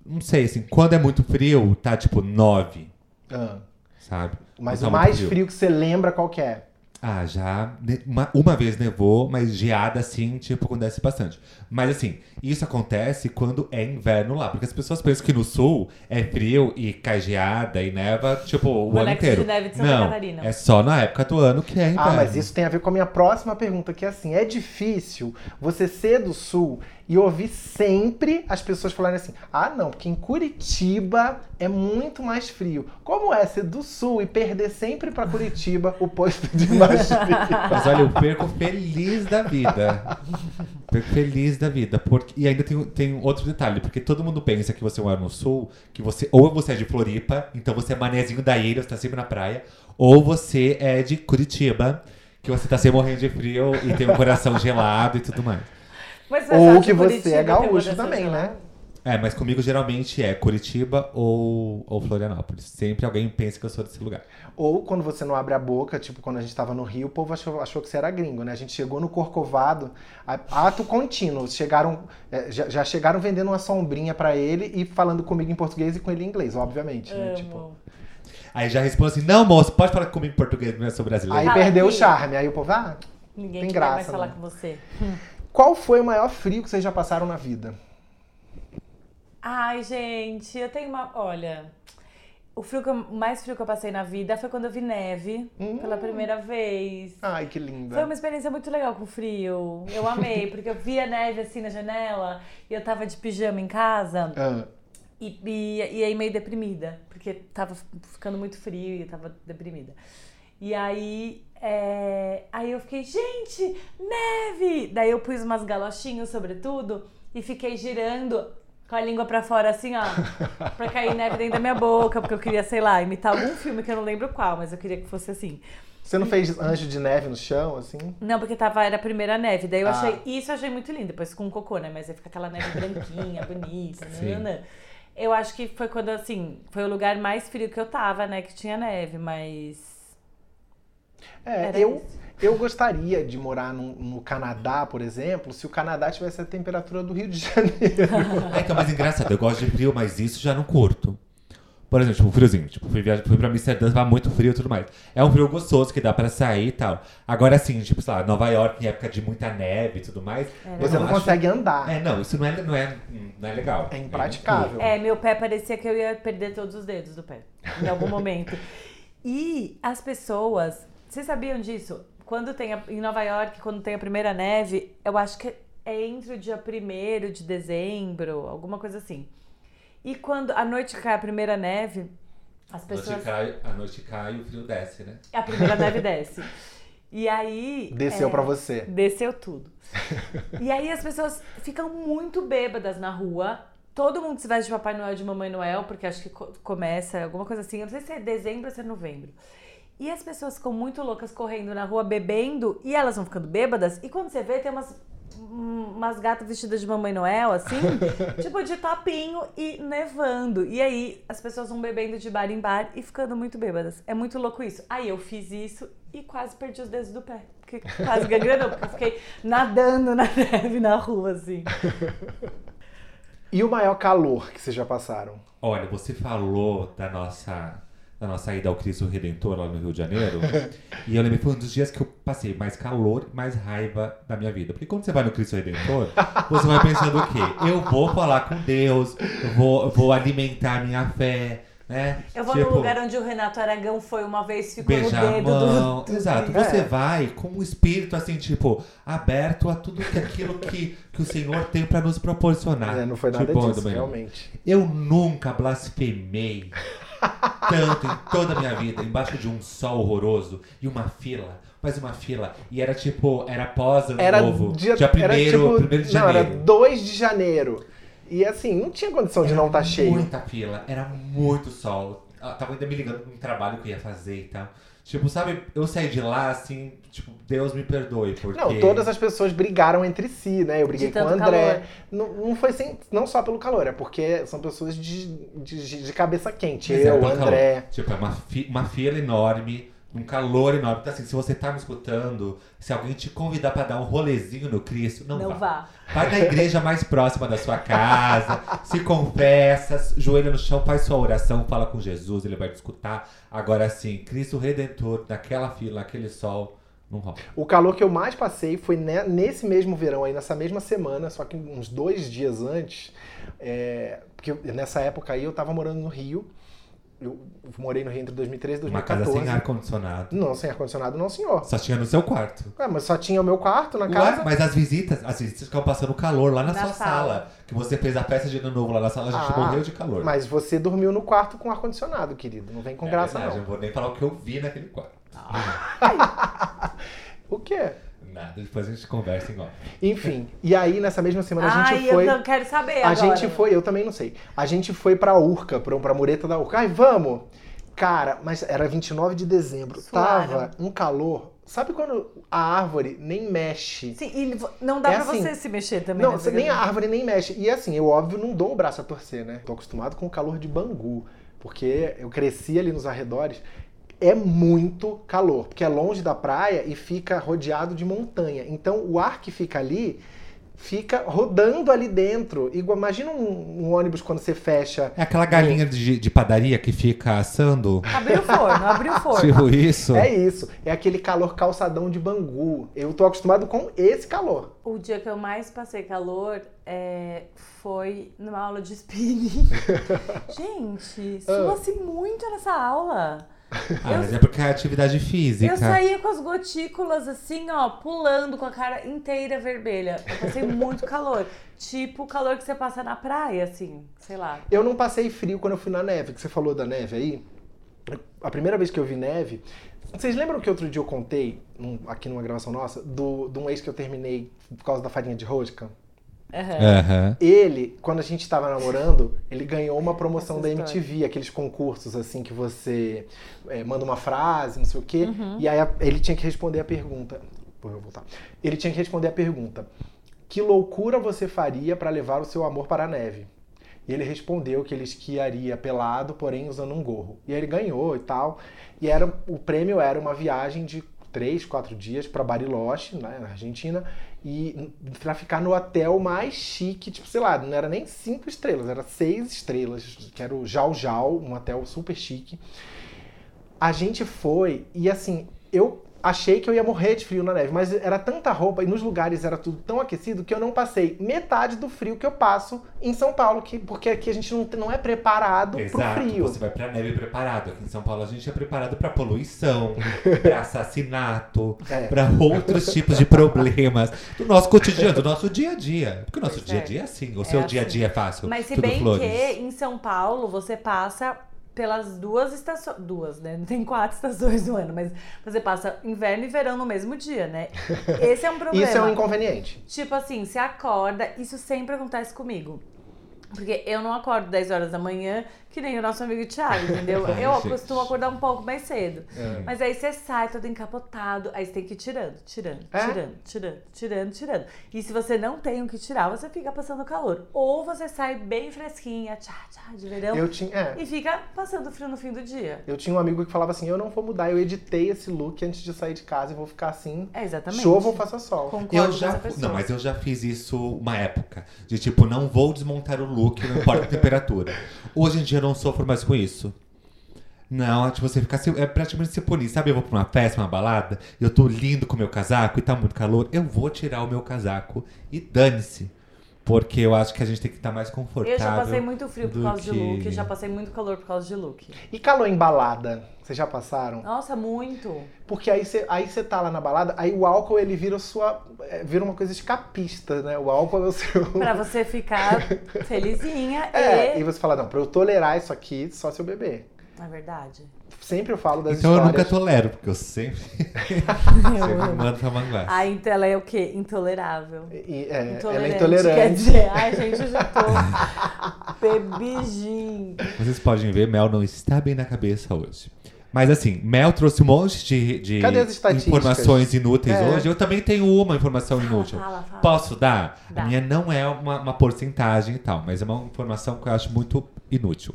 [SPEAKER 4] não sei, assim, quando é muito frio, tá tipo 9,
[SPEAKER 1] Ah,
[SPEAKER 4] sabe?
[SPEAKER 1] mas
[SPEAKER 4] Não
[SPEAKER 1] o
[SPEAKER 4] tá muito
[SPEAKER 1] mais frio. que você lembra qual que é?
[SPEAKER 4] Ah, já. ne- Uma, uma vez nevou, mas geada assim, tipo, acontece bastante. Mas assim, isso acontece quando é inverno lá. Porque as pessoas pensam que no sul é frio e cai geada e neva, tipo, o ano
[SPEAKER 2] Bonecos de
[SPEAKER 4] inteiro.
[SPEAKER 2] neve de Santa
[SPEAKER 4] não,
[SPEAKER 2] Catarina.
[SPEAKER 4] é só na época do ano que é inverno.
[SPEAKER 1] Ah, mas isso tem a ver com a minha próxima pergunta, que é assim, é difícil você ser do sul e ouvir sempre as pessoas falarem assim, ah não, porque em Curitiba é muito mais frio. Como é ser do sul e perder sempre pra Curitiba o posto
[SPEAKER 2] *laughs*
[SPEAKER 1] de mais frio?
[SPEAKER 4] Mas olha, eu perco feliz da vida. Perco feliz da vida. Porque... E ainda tem, tem outro detalhe, porque todo mundo pensa que você mora no sul, que você ou você é de Floripa, então você é manezinho da ilha, você tá sempre na praia, ou você é de Curitiba, que você tá sempre morrendo de frio e tem um coração gelado e tudo mais.
[SPEAKER 2] Mas você
[SPEAKER 1] Ou
[SPEAKER 2] acha
[SPEAKER 1] que você
[SPEAKER 2] Curitiba
[SPEAKER 1] é
[SPEAKER 2] tem uma
[SPEAKER 1] gaúcho
[SPEAKER 2] dessas
[SPEAKER 1] também,
[SPEAKER 2] lá?
[SPEAKER 1] né?
[SPEAKER 4] É, mas comigo geralmente é Curitiba ou, ou Florianópolis. Sempre alguém pensa que eu sou desse lugar.
[SPEAKER 1] Ou quando você não abre a boca, tipo quando a gente tava no Rio, o povo achou, achou que você era gringo, né? A gente chegou no Corcovado, a- ato contínuo. Chegaram, eh, já, já chegaram vendendo uma sombrinha pra ele e falando comigo em português e com ele em inglês, obviamente. Né? Tipo,
[SPEAKER 2] Amo.
[SPEAKER 4] Aí já respondo assim: não, moço, pode falar comigo em português, porque eu sou brasileiro.
[SPEAKER 1] aí
[SPEAKER 2] Fala
[SPEAKER 1] perdeu o
[SPEAKER 2] aqui.
[SPEAKER 1] charme. Aí o povo, ah,
[SPEAKER 2] Ninguém
[SPEAKER 1] Tem
[SPEAKER 2] quer
[SPEAKER 1] graça,
[SPEAKER 2] mais falar
[SPEAKER 1] né?
[SPEAKER 2] com você.
[SPEAKER 1] qual foi o maior frio que vocês já passaram na vida?
[SPEAKER 2] Ai, gente, eu tenho uma. Olha, o frio que eu- o mais frio que eu passei na vida foi quando eu vi neve pela primeira vez.
[SPEAKER 1] Ai, que linda.
[SPEAKER 2] Foi uma experiência muito legal com frio. Eu amei, porque eu via neve assim na janela e eu tava de pijama em casa
[SPEAKER 1] Ah,
[SPEAKER 2] e, e, e aí meio deprimida, porque tava ficando muito frio e eu tava deprimida. E aí, é, aí eu fiquei, gente, neve! Daí eu pus umas galochinhas, sobretudo, e fiquei girando com a língua pra fora, assim, ó, pra cair neve dentro da minha boca, porque eu queria, sei lá, imitar algum filme que eu não lembro qual, mas eu queria que fosse assim.
[SPEAKER 1] você não fez anjo de neve no chão, assim?
[SPEAKER 2] Não, porque tava, era a primeira neve. Daí eu
[SPEAKER 1] Ah.
[SPEAKER 2] achei. Isso eu achei muito lindo, depois com cocô, né? Mas aí fica aquela neve branquinha, bonita.
[SPEAKER 4] Sim.
[SPEAKER 2] nananã. Eu acho que foi quando, assim, foi o lugar mais frio que eu tava, né? Que tinha neve, mas.
[SPEAKER 1] É,
[SPEAKER 2] Era
[SPEAKER 1] eu,
[SPEAKER 2] isso.
[SPEAKER 1] eu gostaria de morar no, no Canadá, por exemplo, se o Canadá tivesse a temperatura do Rio de Janeiro.
[SPEAKER 4] É que é mais engraçado, eu gosto de frio, mas isso já não curto. Por exemplo, tipo, friozinho. Tipo, fui, viajar, fui pra Amsterdã, tava muito frio e tudo mais. É um frio gostoso que dá pra sair e tal. Agora sim, tipo, sei lá, Nova York em época de muita neve e tudo mais.
[SPEAKER 1] É. Você não,
[SPEAKER 4] acho-
[SPEAKER 1] consegue andar.
[SPEAKER 4] É, não, isso não é, não é, não é legal.
[SPEAKER 1] É impraticável.
[SPEAKER 2] É, meu pé parecia que eu ia perder todos os dedos do pé em
[SPEAKER 1] *laughs*
[SPEAKER 2] algum momento. E as pessoas, vocês sabiam disso? Quando tem a- em Nova York, quando tem a primeira neve, eu acho que é entre o dia 1 de dezembro, alguma coisa assim. E quando a noite cai a primeira neve, as
[SPEAKER 4] A noite,
[SPEAKER 2] pessoas
[SPEAKER 4] cai, a noite cai e o frio desce, né?
[SPEAKER 2] a primeira neve desce. E aí
[SPEAKER 1] Desceu
[SPEAKER 2] é,
[SPEAKER 1] pra você.
[SPEAKER 2] Desceu tudo. e aí as pessoas ficam muito bêbadas na rua. Todo mundo se veste de Papai Noel e de Mamãe Noel, porque acho que co- começa alguma coisa assim. Eu não sei se é dezembro ou se é novembro. E as pessoas ficam muito loucas correndo na rua, bebendo, e elas vão ficando bêbadas. E quando você vê, tem umas, um- umas gatas vestidas de Mamãe Noel, assim, tipo de topinho e nevando. E aí as pessoas vão bebendo de bar em bar e ficando muito bêbadas. É muito louco isso. Aí eu fiz isso e quase perdi os dedos do pé. Porque quase gangrenou, porque eu fiquei nadando na *laughs* neve na rua, assim.
[SPEAKER 1] E o maior calor que vocês já passaram?
[SPEAKER 4] Olha, você falou da nossa, da nossa ida ao Cristo Redentor lá no Rio
[SPEAKER 1] *laughs*
[SPEAKER 4] de Janeiro. e eu lembrei que foi um dos dias que eu passei mais calor e mais raiva da minha vida. Porque quando você vai no Cristo
[SPEAKER 1] *laughs*
[SPEAKER 4] Redentor, você vai pensando o quê? Eu vou falar com Deus, eu vou, eu vou alimentar minha fé. né?
[SPEAKER 2] Eu vou
[SPEAKER 4] Tipo,
[SPEAKER 2] no lugar onde o Renato Aragão foi uma vez, ficou no
[SPEAKER 4] Beijar a
[SPEAKER 2] dedo do. É.
[SPEAKER 4] mão. Exato. Você vai com um espírito, assim, tipo, aberto a tudo que aquilo que, que o Senhor tem pra nos proporcionar.
[SPEAKER 1] É, não foi nada
[SPEAKER 4] Tipo,
[SPEAKER 1] disso,
[SPEAKER 4] Domingo,
[SPEAKER 1] realmente.
[SPEAKER 4] Eu nunca blasfemei tanto em toda a minha vida, embaixo de um sol horroroso e uma fila. Mas uma fila. E era tipo, era pós ano
[SPEAKER 1] Era
[SPEAKER 4] novo.
[SPEAKER 1] dia,
[SPEAKER 4] Dia
[SPEAKER 1] era
[SPEAKER 4] 1
[SPEAKER 1] tipo,
[SPEAKER 4] primeiro de
[SPEAKER 1] Não, era
[SPEAKER 4] janeiro.
[SPEAKER 1] 2 de janeiro. E assim, não tinha condição de não estar cheio.
[SPEAKER 4] Muita fila, era muito sol. Ela tava ainda me ligando com um trabalho que eu ia fazer e tal. Tipo, sabe, eu saí de lá assim, tipo, Deus me perdoe, porque.
[SPEAKER 1] Não, todas as pessoas brigaram entre si, né? Eu briguei
[SPEAKER 2] De
[SPEAKER 1] com o
[SPEAKER 2] tanto
[SPEAKER 1] André.
[SPEAKER 2] calor.
[SPEAKER 1] Não, não foi sem, não só pelo calor, é porque são pessoas de, de, de cabeça quente.
[SPEAKER 4] Mas era
[SPEAKER 1] Eu,
[SPEAKER 4] pelo
[SPEAKER 1] André.
[SPEAKER 4] calor. Tipo, é uma, fi- uma fila enorme, um calor enorme. Então, assim, se você tá me escutando, se alguém te convidar pra dar um rolezinho no Cristo, não,
[SPEAKER 2] Não
[SPEAKER 4] vá.
[SPEAKER 2] vá.
[SPEAKER 4] Vai na igreja mais próxima da sua casa, se confessa, joelha no chão, faz sua oração, fala com Jesus, ele vai te escutar. Agora sim, Cristo Redentor, naquela fila, naquele sol, não rola.
[SPEAKER 1] O calor que eu mais passei foi ne- nesse mesmo verão aí, nessa mesma semana, só que uns dois dias antes. é, porque eu- nessa época aí eu tava morando no Rio. Eu morei no Rio entre 2013 e
[SPEAKER 4] Uma casa
[SPEAKER 1] 2014.
[SPEAKER 4] sem ar-condicionado.
[SPEAKER 1] Não, sem ar-condicionado não, senhor.
[SPEAKER 4] Só tinha no seu quarto.
[SPEAKER 1] Ué, mas só tinha o meu quarto na
[SPEAKER 4] Ué,
[SPEAKER 1] casa.
[SPEAKER 4] mas as visitas, as visitas ficavam passando calor lá na,
[SPEAKER 2] Na
[SPEAKER 4] sua sala.
[SPEAKER 2] sala.
[SPEAKER 4] Que você fez a festa de ano novo lá na sala, a gente
[SPEAKER 1] Ah,
[SPEAKER 4] morreu de calor.
[SPEAKER 1] Mas você dormiu no quarto com ar-condicionado, querido. Não vem com
[SPEAKER 4] É
[SPEAKER 1] graça,
[SPEAKER 4] verdade,
[SPEAKER 1] não.
[SPEAKER 4] Eu não vou nem falar o que eu vi naquele quarto.
[SPEAKER 1] O quê?
[SPEAKER 4] Nada, depois a gente conversa igual.
[SPEAKER 1] Enfim, e aí nessa mesma semana a gente
[SPEAKER 2] Ai,
[SPEAKER 1] foi.
[SPEAKER 2] eu não quero saber
[SPEAKER 1] A
[SPEAKER 2] agora.
[SPEAKER 1] gente foi, eu também não sei. A gente foi pra Urca, pra, pra mureta da Urca. Ai, vamos! Cara, mas era 29 de dezembro.
[SPEAKER 2] Suaram.
[SPEAKER 1] Tava um calor. Sabe quando a árvore nem mexe?
[SPEAKER 2] Sim, e vo- não dá
[SPEAKER 1] É
[SPEAKER 2] pra
[SPEAKER 1] assim.
[SPEAKER 2] você se mexer também.
[SPEAKER 1] Não,
[SPEAKER 2] né,
[SPEAKER 1] você nem a
[SPEAKER 2] Zagallo?
[SPEAKER 1] árvore nem mexe. E assim, eu óbvio não dou o braço a torcer, né? Tô acostumado com o calor de Bangu, porque eu cresci ali nos arredores. É muito calor, porque é longe da praia e fica rodeado de montanha. Então o ar que fica ali fica rodando ali dentro. Igual, imagina um, um ônibus quando você fecha.
[SPEAKER 4] É aquela galinha de, de padaria que fica assando?
[SPEAKER 2] Abriu o forno, abriu o forno.
[SPEAKER 4] Tipo isso?
[SPEAKER 1] É isso, é aquele calor calçadão de Bangu. Eu tô acostumado com esse calor.
[SPEAKER 2] O dia que eu mais passei calor é, foi numa aula de
[SPEAKER 1] *laughs*
[SPEAKER 2] spinning. Gente,
[SPEAKER 1] Ah.
[SPEAKER 2] sua-se muito nessa aula.
[SPEAKER 4] Ah, mas é porque é atividade física.
[SPEAKER 2] Eu saía com as gotículas assim, ó, pulando com a cara inteira vermelha. Eu passei muito calor. Tipo o calor que você passa na praia, assim, sei lá.
[SPEAKER 1] Eu não passei frio quando eu fui na neve, que você falou da neve aí. A primeira vez que eu vi neve. Vocês lembram que outro dia eu contei, num- aqui numa gravação nossa, do, de um ex que eu terminei por causa da farinha de rosca?
[SPEAKER 4] É,
[SPEAKER 2] Aham.
[SPEAKER 4] Aham.
[SPEAKER 1] Ele, quando a gente estava namorando, ele ganhou uma promoção
[SPEAKER 2] Essa
[SPEAKER 1] da
[SPEAKER 2] história.
[SPEAKER 1] MTV, aqueles concursos assim que você é, manda uma frase, não sei o quê,
[SPEAKER 2] Uhum.
[SPEAKER 1] e aí a- ele tinha que responder a pergunta. Pô, eu vou voltar. Ele tinha que responder a pergunta: Que loucura você faria para levar o seu amor para a neve? E ele respondeu que ele esquiaria pelado, porém usando um gorro. E aí ele ganhou e tal. E era o prêmio era uma viagem de três, quatro dias para Bariloche, né, na Argentina, e pra ficar no hotel mais chique, tipo, sei lá, não era nem cinco estrelas, era seis estrelas, que era o Jau Jau, um hotel super chique. A gente foi e assim, eu achei que eu ia morrer de frio na neve, mas era tanta roupa e nos lugares era tudo tão aquecido que eu não passei metade do frio que eu passo em São Paulo, que, porque aqui a gente não, não é preparado
[SPEAKER 4] Exato,
[SPEAKER 1] pro frio.
[SPEAKER 4] você vai pra neve preparado. Aqui em São Paulo a gente é preparado pra poluição,
[SPEAKER 2] *laughs*
[SPEAKER 4] pra assassinato,
[SPEAKER 1] É.
[SPEAKER 4] pra outros tipos de problemas do nosso cotidiano, do nosso dia a dia. Porque o nosso
[SPEAKER 2] Pois
[SPEAKER 4] dia a
[SPEAKER 2] é.
[SPEAKER 4] dia é assim, o seu
[SPEAKER 2] assim.
[SPEAKER 4] dia a dia é fácil.
[SPEAKER 2] Mas se
[SPEAKER 4] tudo
[SPEAKER 2] bem
[SPEAKER 4] flores.
[SPEAKER 2] que em São Paulo você passa pelas duas estações. Duas, né? Não tem quatro *laughs* estações no ano, mas você passa inverno e verão no mesmo dia, né? Esse é um problema.
[SPEAKER 1] Isso é um inconveniente.
[SPEAKER 2] Tipo assim, você acorda, isso sempre acontece comigo. Porque eu não acordo 10 horas da manhã, que nem o nosso amigo Thiago, entendeu?
[SPEAKER 4] *laughs* Ai,
[SPEAKER 2] Eu
[SPEAKER 4] gente. É.
[SPEAKER 2] costumo acordar um pouco mais cedo. Mas aí você sai todo encapotado, aí você tem que ir tirando, tirando,
[SPEAKER 1] É?
[SPEAKER 2] tirando, tirando, tirando, tirando. E se você não tem o que tirar, você fica passando calor. Ou você sai bem fresquinha, tchá, tchá, de verão,
[SPEAKER 1] Eu tinha. é.
[SPEAKER 2] e fica passando frio no fim do dia.
[SPEAKER 1] Eu tinha um amigo que falava assim: eu não vou mudar, eu editei esse look antes de sair de casa e vou ficar assim.
[SPEAKER 2] É, exatamente.
[SPEAKER 1] Chova ou faça sol.
[SPEAKER 2] Concordo
[SPEAKER 4] Eu
[SPEAKER 2] com essa
[SPEAKER 4] já,
[SPEAKER 2] pessoa.
[SPEAKER 4] não, mas eu já fiz isso uma época. De tipo, não vou desmontar o look, não importa
[SPEAKER 2] *laughs*
[SPEAKER 4] a temperatura. Hoje em dia eu não sofro mais com isso. Não, é tipo, você ficar. É praticamente se punir. Sabe, eu vou pra uma festa, uma balada, e eu tô lindo com o meu casaco e tá muito calor. Eu vou tirar o meu casaco e dane-se. Porque eu acho que a gente tem que estar mais confortável.
[SPEAKER 2] Eu já passei muito frio por
[SPEAKER 4] do
[SPEAKER 2] causa de
[SPEAKER 4] que-
[SPEAKER 2] look, eu já passei muito calor por causa de look.
[SPEAKER 1] E calor em balada? Vocês já passaram?
[SPEAKER 2] Nossa, muito.
[SPEAKER 1] Porque aí você aí você tá lá na balada, aí o álcool ele vira sua é, vira uma coisa escapista, né? O álcool é o seu
[SPEAKER 2] Pra
[SPEAKER 1] *laughs*
[SPEAKER 2] você ficar felizinha
[SPEAKER 1] É, e
[SPEAKER 2] e...
[SPEAKER 1] você fala, não, pra eu tolerar isso aqui, só se eu beber.
[SPEAKER 2] Na verdade.
[SPEAKER 1] Sempre eu falo das
[SPEAKER 4] Então eu nunca
[SPEAKER 1] histórias.
[SPEAKER 4] tolero, porque
[SPEAKER 2] *laughs*
[SPEAKER 4] eu sempre, sempre mando pra manguar.
[SPEAKER 2] A Intel ela é o quê? Intolerável.
[SPEAKER 1] E- é, ela é
[SPEAKER 2] Intolerante, Quer
[SPEAKER 1] intolerante.
[SPEAKER 2] dizer, ai, gente, eu já tô
[SPEAKER 1] *laughs*
[SPEAKER 2] bebi gin.
[SPEAKER 4] Vocês podem ver, Mel não está bem na cabeça hoje. Mas assim, Mel trouxe um monte de, de
[SPEAKER 1] Cadê as estatísticas?
[SPEAKER 4] informações inúteis
[SPEAKER 1] É.
[SPEAKER 4] hoje. Eu também tenho uma informação inútil.
[SPEAKER 2] fala, fala.
[SPEAKER 4] Posso dar?
[SPEAKER 2] Dá.
[SPEAKER 4] A minha não é uma, uma porcentagem e tal, mas é uma informação que eu acho muito inútil.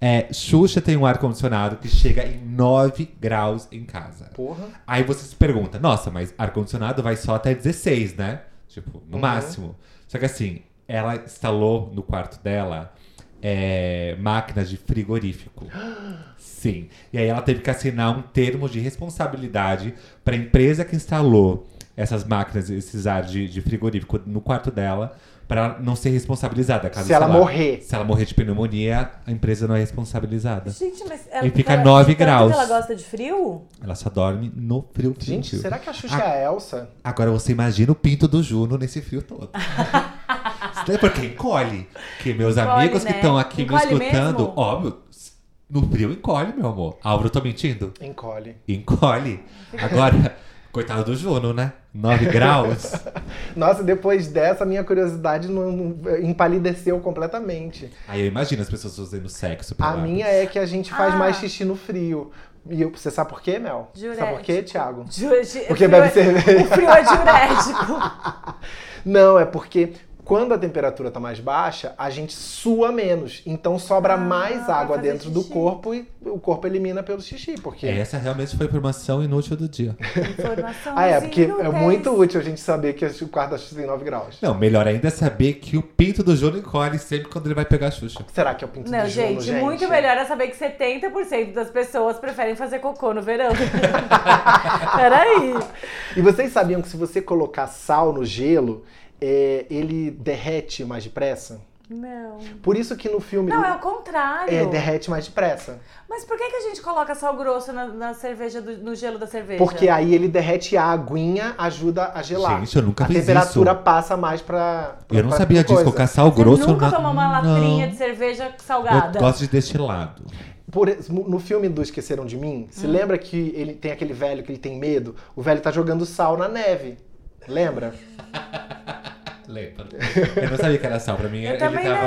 [SPEAKER 4] É, Xuxa tem um ar-condicionado que chega em 9 graus em casa.
[SPEAKER 1] Porra.
[SPEAKER 4] Aí você se pergunta, nossa, mas ar-condicionado vai só até 16, né? Tipo,
[SPEAKER 1] Uhum.
[SPEAKER 4] no máximo. Só que assim, ela instalou no quarto dela é, máquinas de frigorífico. Sim. E aí ela teve que assinar um termo de responsabilidade para a empresa que instalou essas máquinas, esses ar de, de frigorífico no quarto dela, para não ser responsabilizada. Caso,
[SPEAKER 1] Se ela
[SPEAKER 4] sei lá,
[SPEAKER 1] morrer.
[SPEAKER 4] Se ela morrer de pneumonia, a empresa não é responsabilizada.
[SPEAKER 2] Gente, mas ela
[SPEAKER 4] E fica
[SPEAKER 2] ela-
[SPEAKER 4] nove
[SPEAKER 2] tanto que
[SPEAKER 4] graus.
[SPEAKER 2] Ela gosta de frio?
[SPEAKER 4] Ela só dorme no frio.
[SPEAKER 1] Gente,
[SPEAKER 4] frio.
[SPEAKER 1] será que a Xuxa é a Elsa?
[SPEAKER 4] Agora você imagina o pinto do Juno nesse
[SPEAKER 2] *laughs*
[SPEAKER 4] fio todo. Isso é porque encolhe. Que meus
[SPEAKER 2] Encolhe,
[SPEAKER 4] amigos que
[SPEAKER 2] né?
[SPEAKER 4] estão aqui
[SPEAKER 2] Encolhe
[SPEAKER 4] me escutando,
[SPEAKER 2] mesmo?
[SPEAKER 4] óbvio, no frio encolhe, meu amor. Álvaro, eu tô mentindo?
[SPEAKER 1] Encolhe.
[SPEAKER 2] *laughs*
[SPEAKER 4] Encolhe. Agora, coitado do Juno, né? 9 graus.
[SPEAKER 1] Nossa, depois dessa, minha curiosidade não, não- empalideceu completamente.
[SPEAKER 4] Aí eu imagino as pessoas fazendo sexo.
[SPEAKER 1] A
[SPEAKER 4] peladas.
[SPEAKER 1] minha é que a gente faz
[SPEAKER 2] Ah.
[SPEAKER 1] mais xixi no frio. E eu, você sabe por quê, Mel? Sabe por quê,
[SPEAKER 2] Diurético.
[SPEAKER 1] Thiago?
[SPEAKER 2] Diure-
[SPEAKER 1] Porque
[SPEAKER 2] frio
[SPEAKER 1] bebe
[SPEAKER 2] é-
[SPEAKER 1] cerveja.
[SPEAKER 2] O frio é diurético.
[SPEAKER 1] Não, é porque quando a temperatura tá mais baixa, a gente sua menos. Então sobra
[SPEAKER 2] Ah,
[SPEAKER 1] mais
[SPEAKER 2] pra
[SPEAKER 1] água
[SPEAKER 2] fazer
[SPEAKER 1] dentro do
[SPEAKER 2] xixi.
[SPEAKER 1] corpo e o corpo elimina pelo xixi, porque
[SPEAKER 4] Essa realmente foi a informação inútil do dia.
[SPEAKER 2] Informação
[SPEAKER 1] Ah, é, porque é
[SPEAKER 2] inúteis.
[SPEAKER 1] muito útil a gente saber que o quarto da Xuxa tem 9 graus.
[SPEAKER 4] Não, melhor ainda é saber que o pinto do Juno encolhe sempre quando ele vai pegar a Xuxa.
[SPEAKER 1] Será que é o pinto
[SPEAKER 2] Não,
[SPEAKER 1] do Juno,
[SPEAKER 2] gente, muito melhor é saber que 70% das pessoas preferem fazer cocô
[SPEAKER 1] *laughs*
[SPEAKER 2] no verão. *laughs* Peraí.
[SPEAKER 1] E vocês sabiam que se você colocar sal no gelo, é, ele derrete mais depressa?
[SPEAKER 2] Não.
[SPEAKER 1] Por isso que no filme
[SPEAKER 2] Não, é o contrário.
[SPEAKER 1] é, derrete mais depressa.
[SPEAKER 2] Mas por que, que a gente coloca sal grosso na, na cerveja, do- no gelo da cerveja?
[SPEAKER 1] Porque aí ele derrete e a aguinha, ajuda a gelar.
[SPEAKER 4] Gente, eu nunca
[SPEAKER 1] a
[SPEAKER 4] fiz
[SPEAKER 1] temperatura
[SPEAKER 4] isso.
[SPEAKER 1] passa mais pra. pra
[SPEAKER 4] Eu não
[SPEAKER 1] pra
[SPEAKER 4] sabia disso,
[SPEAKER 1] coisa.
[SPEAKER 4] colocar sal
[SPEAKER 2] Você
[SPEAKER 4] grosso
[SPEAKER 2] nunca
[SPEAKER 4] na-
[SPEAKER 2] tomou uma latrinha de cerveja
[SPEAKER 4] não.
[SPEAKER 2] salgada.
[SPEAKER 4] Eu gosto de destilado.
[SPEAKER 1] Por ex- no filme do Esqueceram de Mim,
[SPEAKER 2] Hum.
[SPEAKER 1] se lembra que ele tem aquele velho que ele tem medo? O velho tá jogando sal na neve. Lembra?
[SPEAKER 4] Lembra? Eu não sabia que era sal pra mim.
[SPEAKER 2] Eu
[SPEAKER 4] ele
[SPEAKER 2] também
[SPEAKER 4] tava...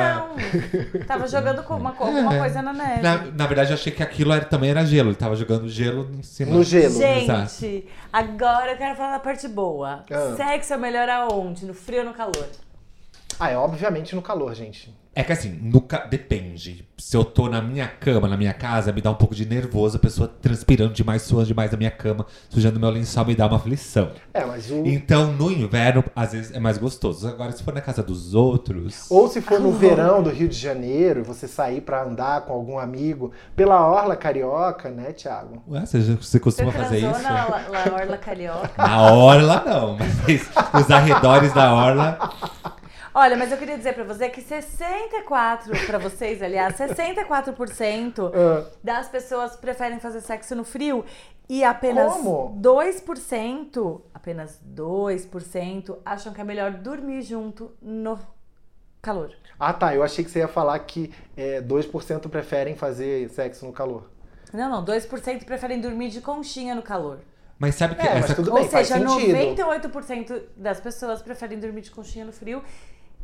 [SPEAKER 2] não. Tava jogando com uma, co- alguma
[SPEAKER 4] *laughs* É.
[SPEAKER 2] coisa na neve.
[SPEAKER 4] Na, na verdade, eu achei que aquilo era- também era gelo. Ele tava jogando gelo em cima.
[SPEAKER 1] No gelo.
[SPEAKER 4] Exato.
[SPEAKER 2] Gente, agora eu quero falar da parte boa.
[SPEAKER 1] Ah.
[SPEAKER 2] Sexo é melhor aonde? No frio ou no calor?
[SPEAKER 1] Ah, é obviamente no calor, gente.
[SPEAKER 4] É que assim, nunca depende. Se eu tô na minha cama, na minha casa, me dá um pouco de nervoso. A pessoa transpirando demais, suando demais na minha cama, sujando meu lençol, me dá uma aflição.
[SPEAKER 1] É, mas o.
[SPEAKER 4] Então, no inverno, às vezes é mais gostoso. Agora, se for na casa dos outros.
[SPEAKER 1] Ou se for
[SPEAKER 2] Ah.
[SPEAKER 1] no verão do Rio de Janeiro, você sair pra andar com algum amigo pela orla carioca, né, Thiago?
[SPEAKER 4] Ué, você, já- você
[SPEAKER 2] Você
[SPEAKER 4] costuma fazer
[SPEAKER 2] transou
[SPEAKER 4] isso?
[SPEAKER 2] na la- la orla carioca?
[SPEAKER 4] Na orla, não. Mas *laughs* os arredores da orla.
[SPEAKER 2] Olha, mas eu queria dizer pra você que 64, pra vocês, aliás, 64%
[SPEAKER 1] Ah.
[SPEAKER 2] das pessoas preferem fazer sexo no frio e apenas
[SPEAKER 1] Como?
[SPEAKER 2] 2%, apenas 2% acham que é melhor dormir junto no calor.
[SPEAKER 1] Ah, tá. Eu achei que você ia falar que é, 2% preferem fazer sexo no calor.
[SPEAKER 2] Não, não, 2% preferem dormir de conchinha no calor.
[SPEAKER 4] Mas sabe que
[SPEAKER 1] É, mas
[SPEAKER 4] essa
[SPEAKER 1] tudo
[SPEAKER 2] Ou
[SPEAKER 1] bem, faz
[SPEAKER 2] seja,
[SPEAKER 1] sentido.
[SPEAKER 2] 98% das pessoas preferem dormir de conchinha no frio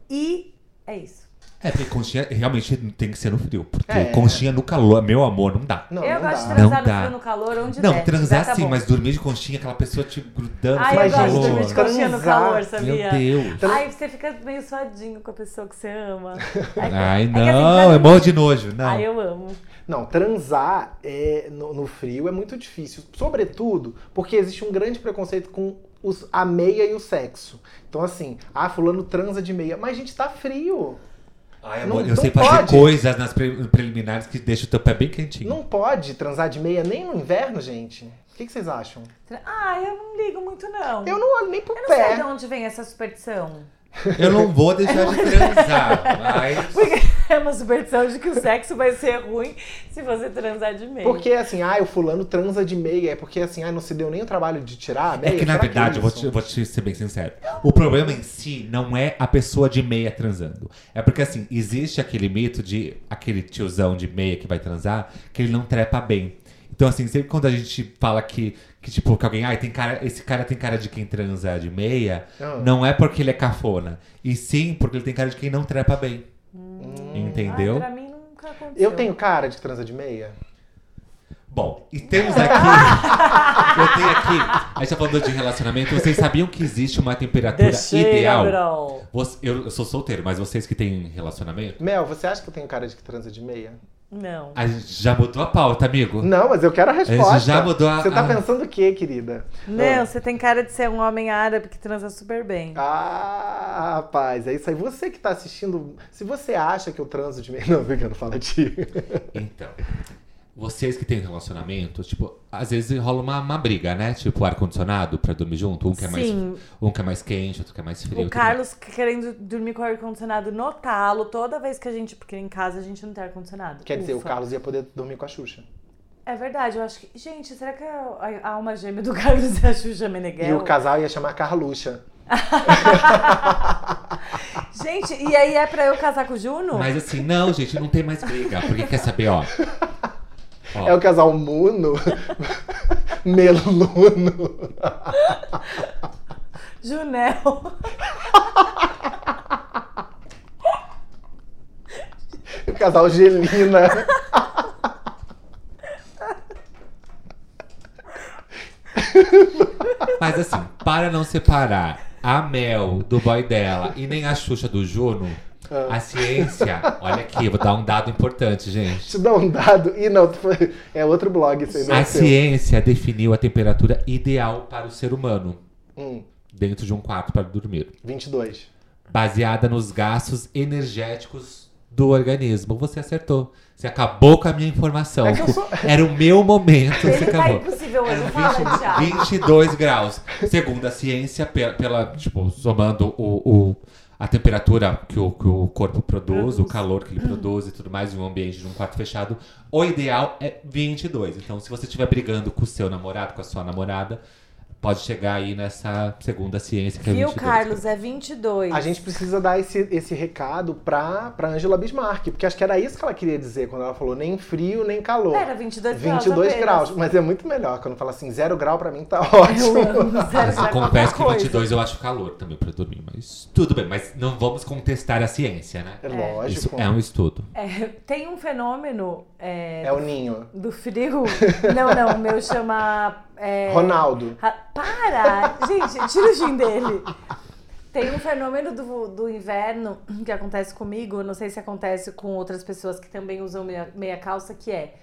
[SPEAKER 2] e é isso.
[SPEAKER 4] É, porque conchinha realmente tem que ser no frio. Porque
[SPEAKER 1] É.
[SPEAKER 4] conchinha no calor, meu amor, não dá.
[SPEAKER 1] Não,
[SPEAKER 2] eu
[SPEAKER 1] não
[SPEAKER 2] gosto
[SPEAKER 1] dá.
[SPEAKER 2] de transar
[SPEAKER 4] Não
[SPEAKER 2] no
[SPEAKER 4] dá.
[SPEAKER 2] frio, no calor, onde
[SPEAKER 4] Não,
[SPEAKER 2] der.
[SPEAKER 4] transar
[SPEAKER 2] Tiver, tá
[SPEAKER 4] sim,
[SPEAKER 2] bom.
[SPEAKER 4] mas dormir de conchinha, aquela pessoa te grudando.
[SPEAKER 2] Ai,
[SPEAKER 1] Mas,
[SPEAKER 2] eu gosto
[SPEAKER 1] gente,
[SPEAKER 2] de dormir de conchinha no
[SPEAKER 1] transar.
[SPEAKER 2] calor, sabia?
[SPEAKER 4] Meu Deus.
[SPEAKER 2] Ai, você fica meio suadinho com a pessoa que
[SPEAKER 1] *laughs*
[SPEAKER 2] você ama. Ai,
[SPEAKER 4] Ai,
[SPEAKER 2] é que
[SPEAKER 4] não,
[SPEAKER 2] assim,
[SPEAKER 4] é
[SPEAKER 2] pra mim-
[SPEAKER 4] morro de nojo. Não.
[SPEAKER 2] Ai, Ah, eu amo.
[SPEAKER 1] Não, transar é, no, no frio é muito difícil. Sobretudo porque existe um grande preconceito com os- a meia e o sexo. Então, assim, ah, fulano transa de meia. Mas, gente, tá frio.
[SPEAKER 4] Ai,
[SPEAKER 1] Não-
[SPEAKER 4] amor, eu
[SPEAKER 1] não
[SPEAKER 4] sei fazer
[SPEAKER 1] pode.
[SPEAKER 4] coisas nas pre- preliminares que deixa o teu pé bem quentinho.
[SPEAKER 1] Não pode transar de meia nem no inverno, gente. O que, que vocês acham?
[SPEAKER 2] Tra- Ai, Ah, eu não ligo muito, não.
[SPEAKER 1] Eu não olho nem pro
[SPEAKER 2] Eu não sei
[SPEAKER 1] pé.
[SPEAKER 2] de onde vem essa superstição. *laughs*
[SPEAKER 4] Eu não vou deixar de
[SPEAKER 2] É,
[SPEAKER 4] transar,
[SPEAKER 2] *laughs*
[SPEAKER 4] mas.
[SPEAKER 2] Porque é uma superstição de que o sexo vai ser ruim se você transar de meia.
[SPEAKER 1] Porque assim, ah, o fulano transa de meia, é porque assim, ah, não se deu nem o trabalho de tirar a
[SPEAKER 4] É
[SPEAKER 1] meia.
[SPEAKER 4] que, na
[SPEAKER 1] Será
[SPEAKER 4] verdade,
[SPEAKER 1] é
[SPEAKER 4] eu vou
[SPEAKER 1] isso?
[SPEAKER 4] te, eu vou te ser bem sincero. O problema em si não é a pessoa de meia transando. É porque, assim, existe aquele mito de aquele tiozão de meia que vai transar, que ele não trepa bem. Então, assim, sempre quando a gente fala que, que tipo, que alguém, ai, tem cara, esse cara tem cara de quem transa de meia,
[SPEAKER 1] Ah.
[SPEAKER 4] não é porque ele é cafona. E sim porque ele tem cara de quem não trepa bem.
[SPEAKER 1] Hum.
[SPEAKER 4] Entendeu?
[SPEAKER 2] Ah, pra mim nunca aconteceu.
[SPEAKER 1] Eu tenho cara de que transa de meia?
[SPEAKER 4] Bom, e temos
[SPEAKER 1] *laughs*
[SPEAKER 4] aqui. eu tenho aqui. A gente tá falando de relacionamento. Vocês sabiam que existe uma temperatura
[SPEAKER 2] Deixei,
[SPEAKER 4] ideal?
[SPEAKER 2] Gabriel.
[SPEAKER 4] Você- eu, eu sou solteiro, mas vocês que têm relacionamento.
[SPEAKER 1] Mel, você acha que eu tenho cara de que transa de meia?
[SPEAKER 2] Não.
[SPEAKER 4] A gente já mudou a pauta, amigo.
[SPEAKER 1] Não, mas eu quero a resposta.
[SPEAKER 4] já mudou a-
[SPEAKER 1] Você tá
[SPEAKER 4] a-
[SPEAKER 1] pensando o quê, querida?
[SPEAKER 2] Não, você tem cara de ser um homem árabe que transa super bem.
[SPEAKER 1] Ah, rapaz, é isso aí. Você que tá assistindo, se você acha que eu transo de meia. *laughs* Não, brincando, fala de.
[SPEAKER 4] Então, vocês que têm relacionamento, tipo, às vezes rola uma, uma briga, né? Tipo, ar-condicionado pra dormir junto. Um que é mais,
[SPEAKER 2] Sim.
[SPEAKER 4] um que é mais quente, outro que é mais frio.
[SPEAKER 2] O
[SPEAKER 4] tudo
[SPEAKER 2] Carlos querendo dormir com o ar-condicionado no talo toda vez que a gente. Porque em casa a gente não tem ar-condicionado.
[SPEAKER 1] Quer dizer, o
[SPEAKER 2] Ufa.
[SPEAKER 1] Carlos ia poder dormir com a Xuxa.
[SPEAKER 2] É verdade, eu acho que. Gente, será que a, a alma gêmea do Carlos é a Xuxa Meneghel?
[SPEAKER 1] E o casal ia chamar Carluxa.
[SPEAKER 2] Gente, e aí é pra eu casar com o Juno?
[SPEAKER 4] Mas assim, não, gente, não tem mais briga. Porque quer saber, ó. Ó.
[SPEAKER 1] É o casal Muno. *laughs* Meluno.
[SPEAKER 2] Junel.
[SPEAKER 1] O casal Gelina. *laughs*
[SPEAKER 4] Mas assim, para não separar a Mel do boy dela e nem a Xuxa do Juno,
[SPEAKER 1] Ah.
[SPEAKER 4] a ciência. Olha aqui, eu vou dar um dado importante, gente.
[SPEAKER 1] Te dá um dado. Ih, não, tu foi- é outro blog isso aí, não é
[SPEAKER 4] A
[SPEAKER 1] seu.
[SPEAKER 4] ciência definiu a temperatura ideal para o ser humano
[SPEAKER 1] Hum,
[SPEAKER 4] dentro de um quarto para dormir,
[SPEAKER 1] 22.
[SPEAKER 4] baseada nos gastos energéticos do organismo. Você acertou. Você acabou com a minha informação.
[SPEAKER 1] É que eu sou-
[SPEAKER 4] Era o meu momento. *laughs* Você
[SPEAKER 2] Ele tá
[SPEAKER 4] acabou. É
[SPEAKER 2] impossível hoje,
[SPEAKER 4] Eram
[SPEAKER 2] fala, Thiago.
[SPEAKER 4] 20, 22 graus. Segundo a ciência, pe- pela, tipo, somando o, o- a temperatura que o, que o corpo produz, o calor que ele
[SPEAKER 2] Uhum.
[SPEAKER 4] produz e tudo mais, em um ambiente de um quarto fechado, o ideal é 22. Então, se você estiver brigando com o seu namorado, com a sua namorada, pode chegar aí nessa segunda ciência que é
[SPEAKER 2] Viu,
[SPEAKER 4] 22.
[SPEAKER 2] Carlos? É 22.
[SPEAKER 1] A gente precisa dar esse, esse recado pra, pra Angela Bismarck, porque acho que era isso que ela queria dizer quando ela falou nem frio, nem calor.
[SPEAKER 2] Era 22 graus.
[SPEAKER 1] 22
[SPEAKER 2] apenas.
[SPEAKER 1] graus,
[SPEAKER 2] *laughs*
[SPEAKER 1] mas é muito melhor quando fala assim, zero grau pra mim tá ótimo.
[SPEAKER 2] Eu
[SPEAKER 4] *laughs*
[SPEAKER 2] amo zero
[SPEAKER 4] Mas eu
[SPEAKER 2] grau,
[SPEAKER 4] confesso Ah, que
[SPEAKER 2] qualquer
[SPEAKER 4] 22 eu acho calor também pra dormir, mas tudo bem. Mas não vamos contestar a ciência, né?
[SPEAKER 1] É lógico.
[SPEAKER 4] Isso é um estudo.
[SPEAKER 2] coisa. É, tem um fenômeno é,
[SPEAKER 1] É o ninho. *laughs*
[SPEAKER 2] do frio. Não, não, o meu chama. é,
[SPEAKER 1] Ronaldo.
[SPEAKER 2] ra- Para! Gente, tira o gin dele. Tem um fenômeno do, do inverno que acontece comigo, eu não sei se acontece com outras pessoas que também usam meia, meia calça, que é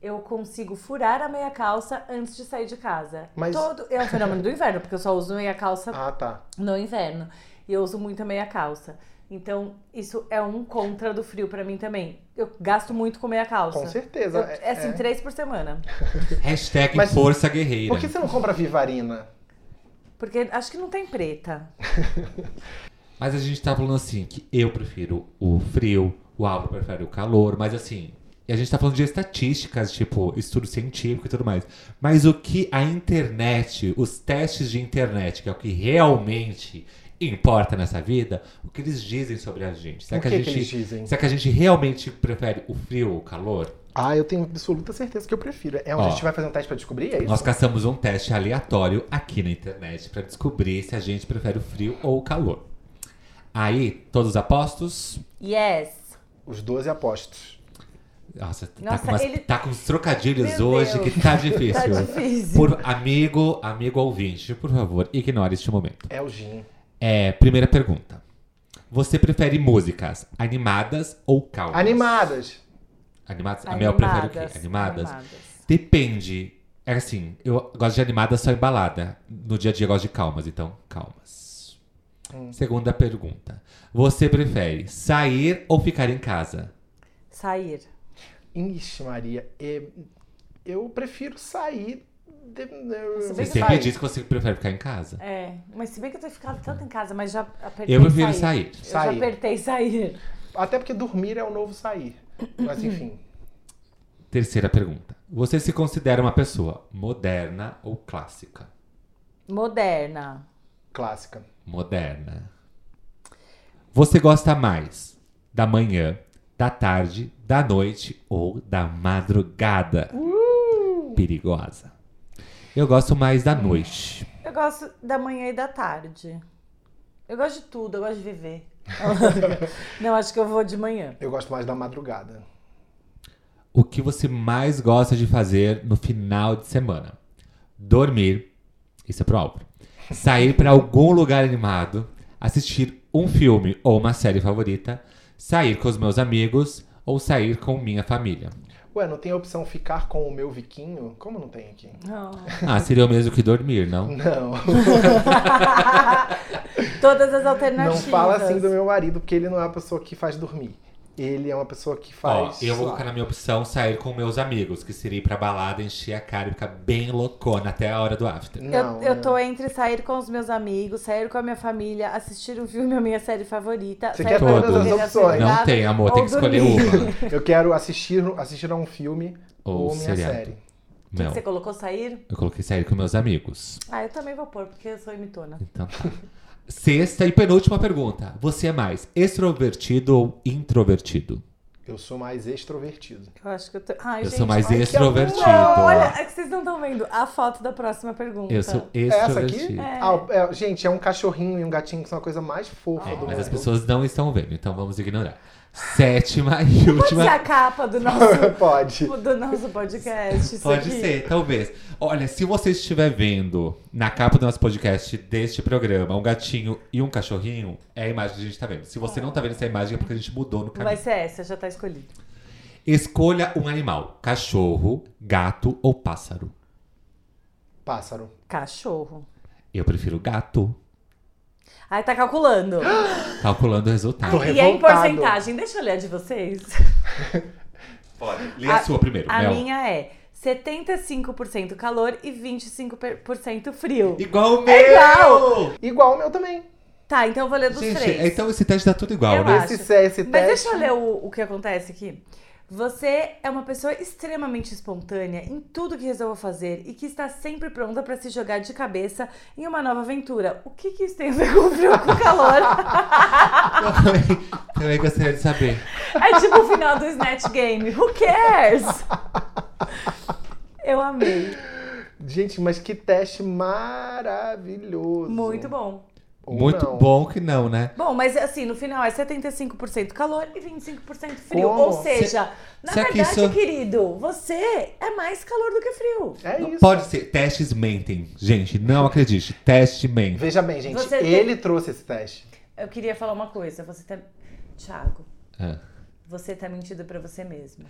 [SPEAKER 2] eu consigo furar a meia calça antes de sair de casa.
[SPEAKER 1] Mas-
[SPEAKER 2] Todo, é um fenômeno do inverno, porque eu só uso meia calça
[SPEAKER 1] Ah, tá.
[SPEAKER 2] no inverno. E eu uso muito a meia calça. Então, isso é um contra do frio pra mim também. Eu gasto muito com meia calça.
[SPEAKER 1] Com certeza.
[SPEAKER 2] Eu- é assim,
[SPEAKER 1] É.
[SPEAKER 2] três por semana.
[SPEAKER 4] Hashtag
[SPEAKER 1] Mas-
[SPEAKER 4] Força Guerreira.
[SPEAKER 1] Por que você não compra Vivarina?
[SPEAKER 2] Porque acho que não tem preta.
[SPEAKER 4] Mas a gente tá falando assim, que eu prefiro o frio, o Álvaro prefere o calor, mas assim. E a gente tá falando de estatísticas, tipo, estudo científico e tudo mais. Mas o que a internet, os testes de internet, que é o que realmente importa nessa vida, o que eles dizem sobre a gente? Será
[SPEAKER 1] O
[SPEAKER 4] que,
[SPEAKER 1] que
[SPEAKER 4] a
[SPEAKER 1] que
[SPEAKER 4] gente
[SPEAKER 1] eles dizem?
[SPEAKER 4] Será que a gente realmente prefere o frio ou o calor?
[SPEAKER 1] Ah, eu tenho absoluta certeza que eu prefiro. É onde
[SPEAKER 4] Ó.
[SPEAKER 1] a gente vai fazer um teste pra descobrir? É isso?
[SPEAKER 4] Nós caçamos um teste aleatório aqui na internet pra descobrir se a gente prefere o frio ou o calor. Aí, todos apostos?
[SPEAKER 2] Yes!
[SPEAKER 1] Os 12 apostos.
[SPEAKER 4] Nossa, tá,
[SPEAKER 2] Nossa,
[SPEAKER 4] com umas-
[SPEAKER 2] ele-
[SPEAKER 4] tá com uns trocadilhos
[SPEAKER 2] Meu
[SPEAKER 4] hoje
[SPEAKER 2] Deus.
[SPEAKER 4] que *laughs* tá difícil.
[SPEAKER 2] Tá difícil.
[SPEAKER 4] Por amigo, amigo ouvinte, por favor, ignore este momento.
[SPEAKER 1] É o Gin.
[SPEAKER 4] É, primeira pergunta. Você prefere músicas animadas ou calmas?
[SPEAKER 1] Animadas.
[SPEAKER 4] Animadas? A Mel prefere o quê? Animadas? Depende. É assim, eu gosto de animada só em balada. No dia a dia eu gosto de calmas, então calmas. Segunda pergunta. Você prefere sair ou ficar em casa?
[SPEAKER 2] Sair.
[SPEAKER 1] Ixi, Maria. é, Eu prefiro sair
[SPEAKER 2] Se bem
[SPEAKER 4] Você
[SPEAKER 2] que
[SPEAKER 1] Você
[SPEAKER 2] eu
[SPEAKER 4] sempre
[SPEAKER 2] saí.
[SPEAKER 4] disse que você prefere ficar em casa.
[SPEAKER 2] É, mas se bem que eu tenho ficado tanto em casa, mas já apertei
[SPEAKER 4] Eu prefiro
[SPEAKER 2] sair.
[SPEAKER 4] sair.
[SPEAKER 2] Eu
[SPEAKER 1] Sair.
[SPEAKER 2] já apertei sair.
[SPEAKER 1] Até porque dormir é o novo sair. Mas enfim.
[SPEAKER 4] Terceira pergunta. Você se considera uma pessoa moderna ou clássica?
[SPEAKER 2] Moderna.
[SPEAKER 1] Clássica.
[SPEAKER 4] Moderna. Você gosta mais da manhã, da tarde, da noite ou da madrugada? Perigosa. Eu gosto mais da noite.
[SPEAKER 2] Eu gosto da manhã e da tarde. Eu gosto de tudo, eu gosto de viver. Não, acho que eu vou
[SPEAKER 1] *laughs*
[SPEAKER 2] de manhã. *laughs*
[SPEAKER 1] Eu gosto mais da madrugada.
[SPEAKER 4] O que você mais gosta de fazer no final de semana? Dormir. Isso é pro Álvaro. Sair pra algum lugar animado, assistir um filme ou uma série favorita, sair com os meus amigos ou sair com minha família.
[SPEAKER 1] Ué, não tem a opção ficar com o meu viquinho? Como não tem aqui?
[SPEAKER 2] Não.
[SPEAKER 4] Ah, seria o mesmo que dormir, não?
[SPEAKER 1] Não.
[SPEAKER 2] Todas as alternativas.
[SPEAKER 1] Não fala assim do meu marido, porque ele não é uma pessoa que faz dormir. Ele é uma pessoa que
[SPEAKER 4] Ó,
[SPEAKER 1] faz.
[SPEAKER 4] eu vou
[SPEAKER 1] suar.
[SPEAKER 4] colocar na minha opção sair com meus amigos, que seria ir pra balada, encher a cara e ficar bem loucona até a hora do after.
[SPEAKER 1] Não,
[SPEAKER 2] eu, eu
[SPEAKER 1] né?
[SPEAKER 2] tô entre sair com os meus amigos, sair com a minha família, assistir um filme, a minha série favorita.
[SPEAKER 1] Você
[SPEAKER 2] sair
[SPEAKER 1] quer
[SPEAKER 2] com a minha
[SPEAKER 4] todas as
[SPEAKER 2] família
[SPEAKER 1] opções.
[SPEAKER 2] sentada
[SPEAKER 4] Não tem, amor,
[SPEAKER 2] ou
[SPEAKER 4] tem que escolher
[SPEAKER 2] dormir. *laughs*
[SPEAKER 4] uma.
[SPEAKER 1] *laughs* Eu quero assistir, assistir a um filme
[SPEAKER 4] Ou
[SPEAKER 1] ou, minha
[SPEAKER 4] seriado.
[SPEAKER 1] série.
[SPEAKER 2] O que que
[SPEAKER 4] Não,
[SPEAKER 2] Você colocou sair?
[SPEAKER 4] eu coloquei sair com meus amigos.
[SPEAKER 2] Ah, eu também vou pôr, porque eu sou imitona.
[SPEAKER 4] Então tá. Sexta e penúltima pergunta. Você é mais extrovertido ou introvertido?
[SPEAKER 1] Eu sou mais extrovertido.
[SPEAKER 2] Eu acho que eu tô. Ai,
[SPEAKER 4] eu
[SPEAKER 2] gente,
[SPEAKER 4] sou mais
[SPEAKER 2] olha que
[SPEAKER 4] extrovertido.
[SPEAKER 2] Não, *laughs* olha, é que vocês não estão vendo a foto da próxima pergunta.
[SPEAKER 4] Eu sou
[SPEAKER 1] É essa aqui?
[SPEAKER 4] extrovertido.
[SPEAKER 1] Ah, é, gente, é um cachorrinho e um gatinho que são a coisa mais fofa
[SPEAKER 4] É,
[SPEAKER 1] do
[SPEAKER 4] mas
[SPEAKER 1] mundo.
[SPEAKER 4] as pessoas não estão vendo, então vamos ignorar. Sétima e
[SPEAKER 2] Pode ser
[SPEAKER 4] última.
[SPEAKER 2] a capa do nosso, *laughs*
[SPEAKER 1] *laughs* Pode.
[SPEAKER 2] do nosso podcast. isso
[SPEAKER 4] Pode
[SPEAKER 2] aqui?
[SPEAKER 4] ser, talvez. Olha, se você estiver vendo na capa do nosso podcast deste programa um gatinho e um cachorrinho, é a imagem que a gente tá vendo. Se você não tá vendo essa imagem, é porque a gente mudou no caminho.
[SPEAKER 2] Vai ser essa, já tá escolhida.
[SPEAKER 4] Escolha um animal: cachorro, gato ou pássaro.
[SPEAKER 1] Pássaro.
[SPEAKER 2] Cachorro.
[SPEAKER 4] Eu prefiro gato.
[SPEAKER 2] Aí tá
[SPEAKER 4] *gasps*
[SPEAKER 2] calculando.
[SPEAKER 4] Calculando o resultado.
[SPEAKER 1] Tô
[SPEAKER 2] E é em
[SPEAKER 1] revoltado.
[SPEAKER 2] porcentagem. Deixa eu ler a de vocês.
[SPEAKER 4] Lê a, sua primeiro,
[SPEAKER 2] A
[SPEAKER 4] Mel.
[SPEAKER 2] minha é 75% calor e 25% frio.
[SPEAKER 4] Igual o meu!
[SPEAKER 2] É igual!
[SPEAKER 1] Igual o meu também.
[SPEAKER 2] Tá, então eu vou ler dos
[SPEAKER 4] Gente,
[SPEAKER 2] três.
[SPEAKER 4] então esse teste dá tudo igual,
[SPEAKER 2] Eu
[SPEAKER 4] né?
[SPEAKER 2] acho.
[SPEAKER 1] Esse, esse teste.
[SPEAKER 2] Mas deixa eu ler o, o que acontece aqui. Você é uma pessoa extremamente espontânea em tudo que resolva fazer e que está sempre pronta para se jogar de cabeça em uma nova aventura. O que, que isso tem a ver com o frio com o calor?
[SPEAKER 4] *laughs* Também gostaria de saber.
[SPEAKER 2] É tipo o final do Snatch Game. Who cares? Eu amei.
[SPEAKER 1] Gente, mas que teste maravilhoso.
[SPEAKER 2] Muito bom.
[SPEAKER 1] Ou
[SPEAKER 4] Muito
[SPEAKER 1] não.
[SPEAKER 4] bom que não, né?
[SPEAKER 2] Bom, mas assim, no final é 75% calor e 25% frio.
[SPEAKER 1] Como? é
[SPEAKER 2] Ou seja, na
[SPEAKER 4] será que
[SPEAKER 2] verdade,
[SPEAKER 4] isso-
[SPEAKER 2] querido, você é mais calor do que frio.
[SPEAKER 1] É
[SPEAKER 4] Não
[SPEAKER 1] isso.
[SPEAKER 4] Pode ser. Testes mentem. Gente, não acredite.
[SPEAKER 1] *laughs*
[SPEAKER 4] Teste mente.
[SPEAKER 1] Veja bem, gente.
[SPEAKER 2] Você tem-
[SPEAKER 1] ele trouxe esse teste.
[SPEAKER 2] Eu queria falar uma coisa. Você tá. Thiago,
[SPEAKER 4] Ah.
[SPEAKER 2] você tá mentindo pra você mesmo.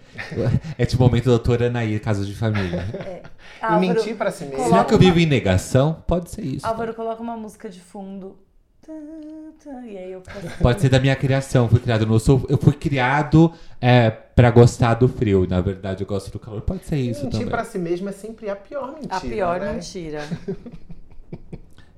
[SPEAKER 4] É tipo o momento doutora Anaí, caso de família.
[SPEAKER 1] *laughs* E
[SPEAKER 2] É, Álvaro,
[SPEAKER 1] mentir pra si mesmo.
[SPEAKER 4] Será que eu vivo em negação? Pode ser isso.
[SPEAKER 2] Álvaro, coloca uma música de fundo. Tá, tá, E aí eu faço-
[SPEAKER 4] Pode ser da minha criação. Fui criado no sul. Eu fui criado é, pra gostar do frio. e, Na verdade, eu gosto do calor. Pode ser isso
[SPEAKER 1] Mentir
[SPEAKER 4] também.
[SPEAKER 1] pra si mesmo é sempre a pior mentira.
[SPEAKER 2] A pior
[SPEAKER 1] né? *laughs*
[SPEAKER 2] mentira.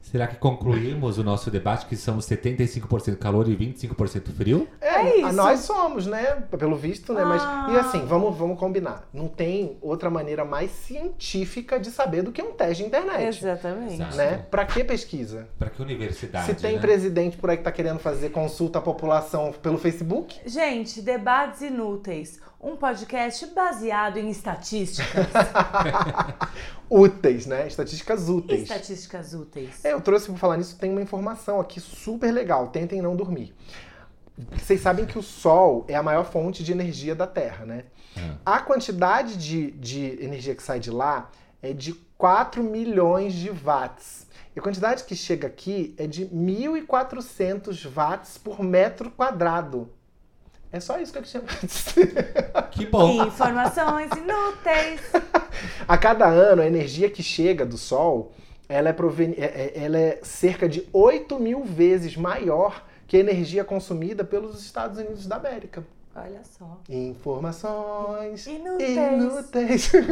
[SPEAKER 4] Será que concluímos o nosso debate que somos 75% calor e 25% frio?
[SPEAKER 1] É,
[SPEAKER 2] É
[SPEAKER 1] a
[SPEAKER 2] isso.
[SPEAKER 1] nós somos, né? Pelo visto, né?
[SPEAKER 2] Ah.
[SPEAKER 1] Mas, e assim, vamos, vamos combinar. Não tem outra maneira mais científica de saber do que um teste de internet.
[SPEAKER 2] Exatamente.
[SPEAKER 4] Exato.
[SPEAKER 1] Né? Pra que pesquisa?
[SPEAKER 4] Pra que universidade?
[SPEAKER 1] Se tem
[SPEAKER 4] né?
[SPEAKER 1] presidente por aí que tá querendo fazer consulta à população pelo Facebook,
[SPEAKER 2] Gente, debates inúteis. Um podcast baseado em estatísticas.
[SPEAKER 1] úteis, né? Estatísticas úteis.
[SPEAKER 2] Estatísticas úteis.
[SPEAKER 1] É, Eu trouxe pra falar nisso, tem uma informação aqui super legal. Tentem não dormir. Vocês sabem que o Sol é a maior fonte de energia da Terra, né? A quantidade de, de energia que sai de lá é de 4 milhões de watts. E a quantidade que chega aqui é de 1.400 watts por metro quadrado. É só isso que eu tinha pra *laughs* dizer.
[SPEAKER 4] Que bom.
[SPEAKER 2] Informações inúteis.
[SPEAKER 1] A cada ano, a energia que chega do Sol, ela é, proven... é- é- ela é cerca de 8 mil vezes maior que a energia consumida pelos Estados Unidos da América.
[SPEAKER 2] Olha só.
[SPEAKER 1] Informações
[SPEAKER 2] Inúteis.
[SPEAKER 1] inúteis. *laughs*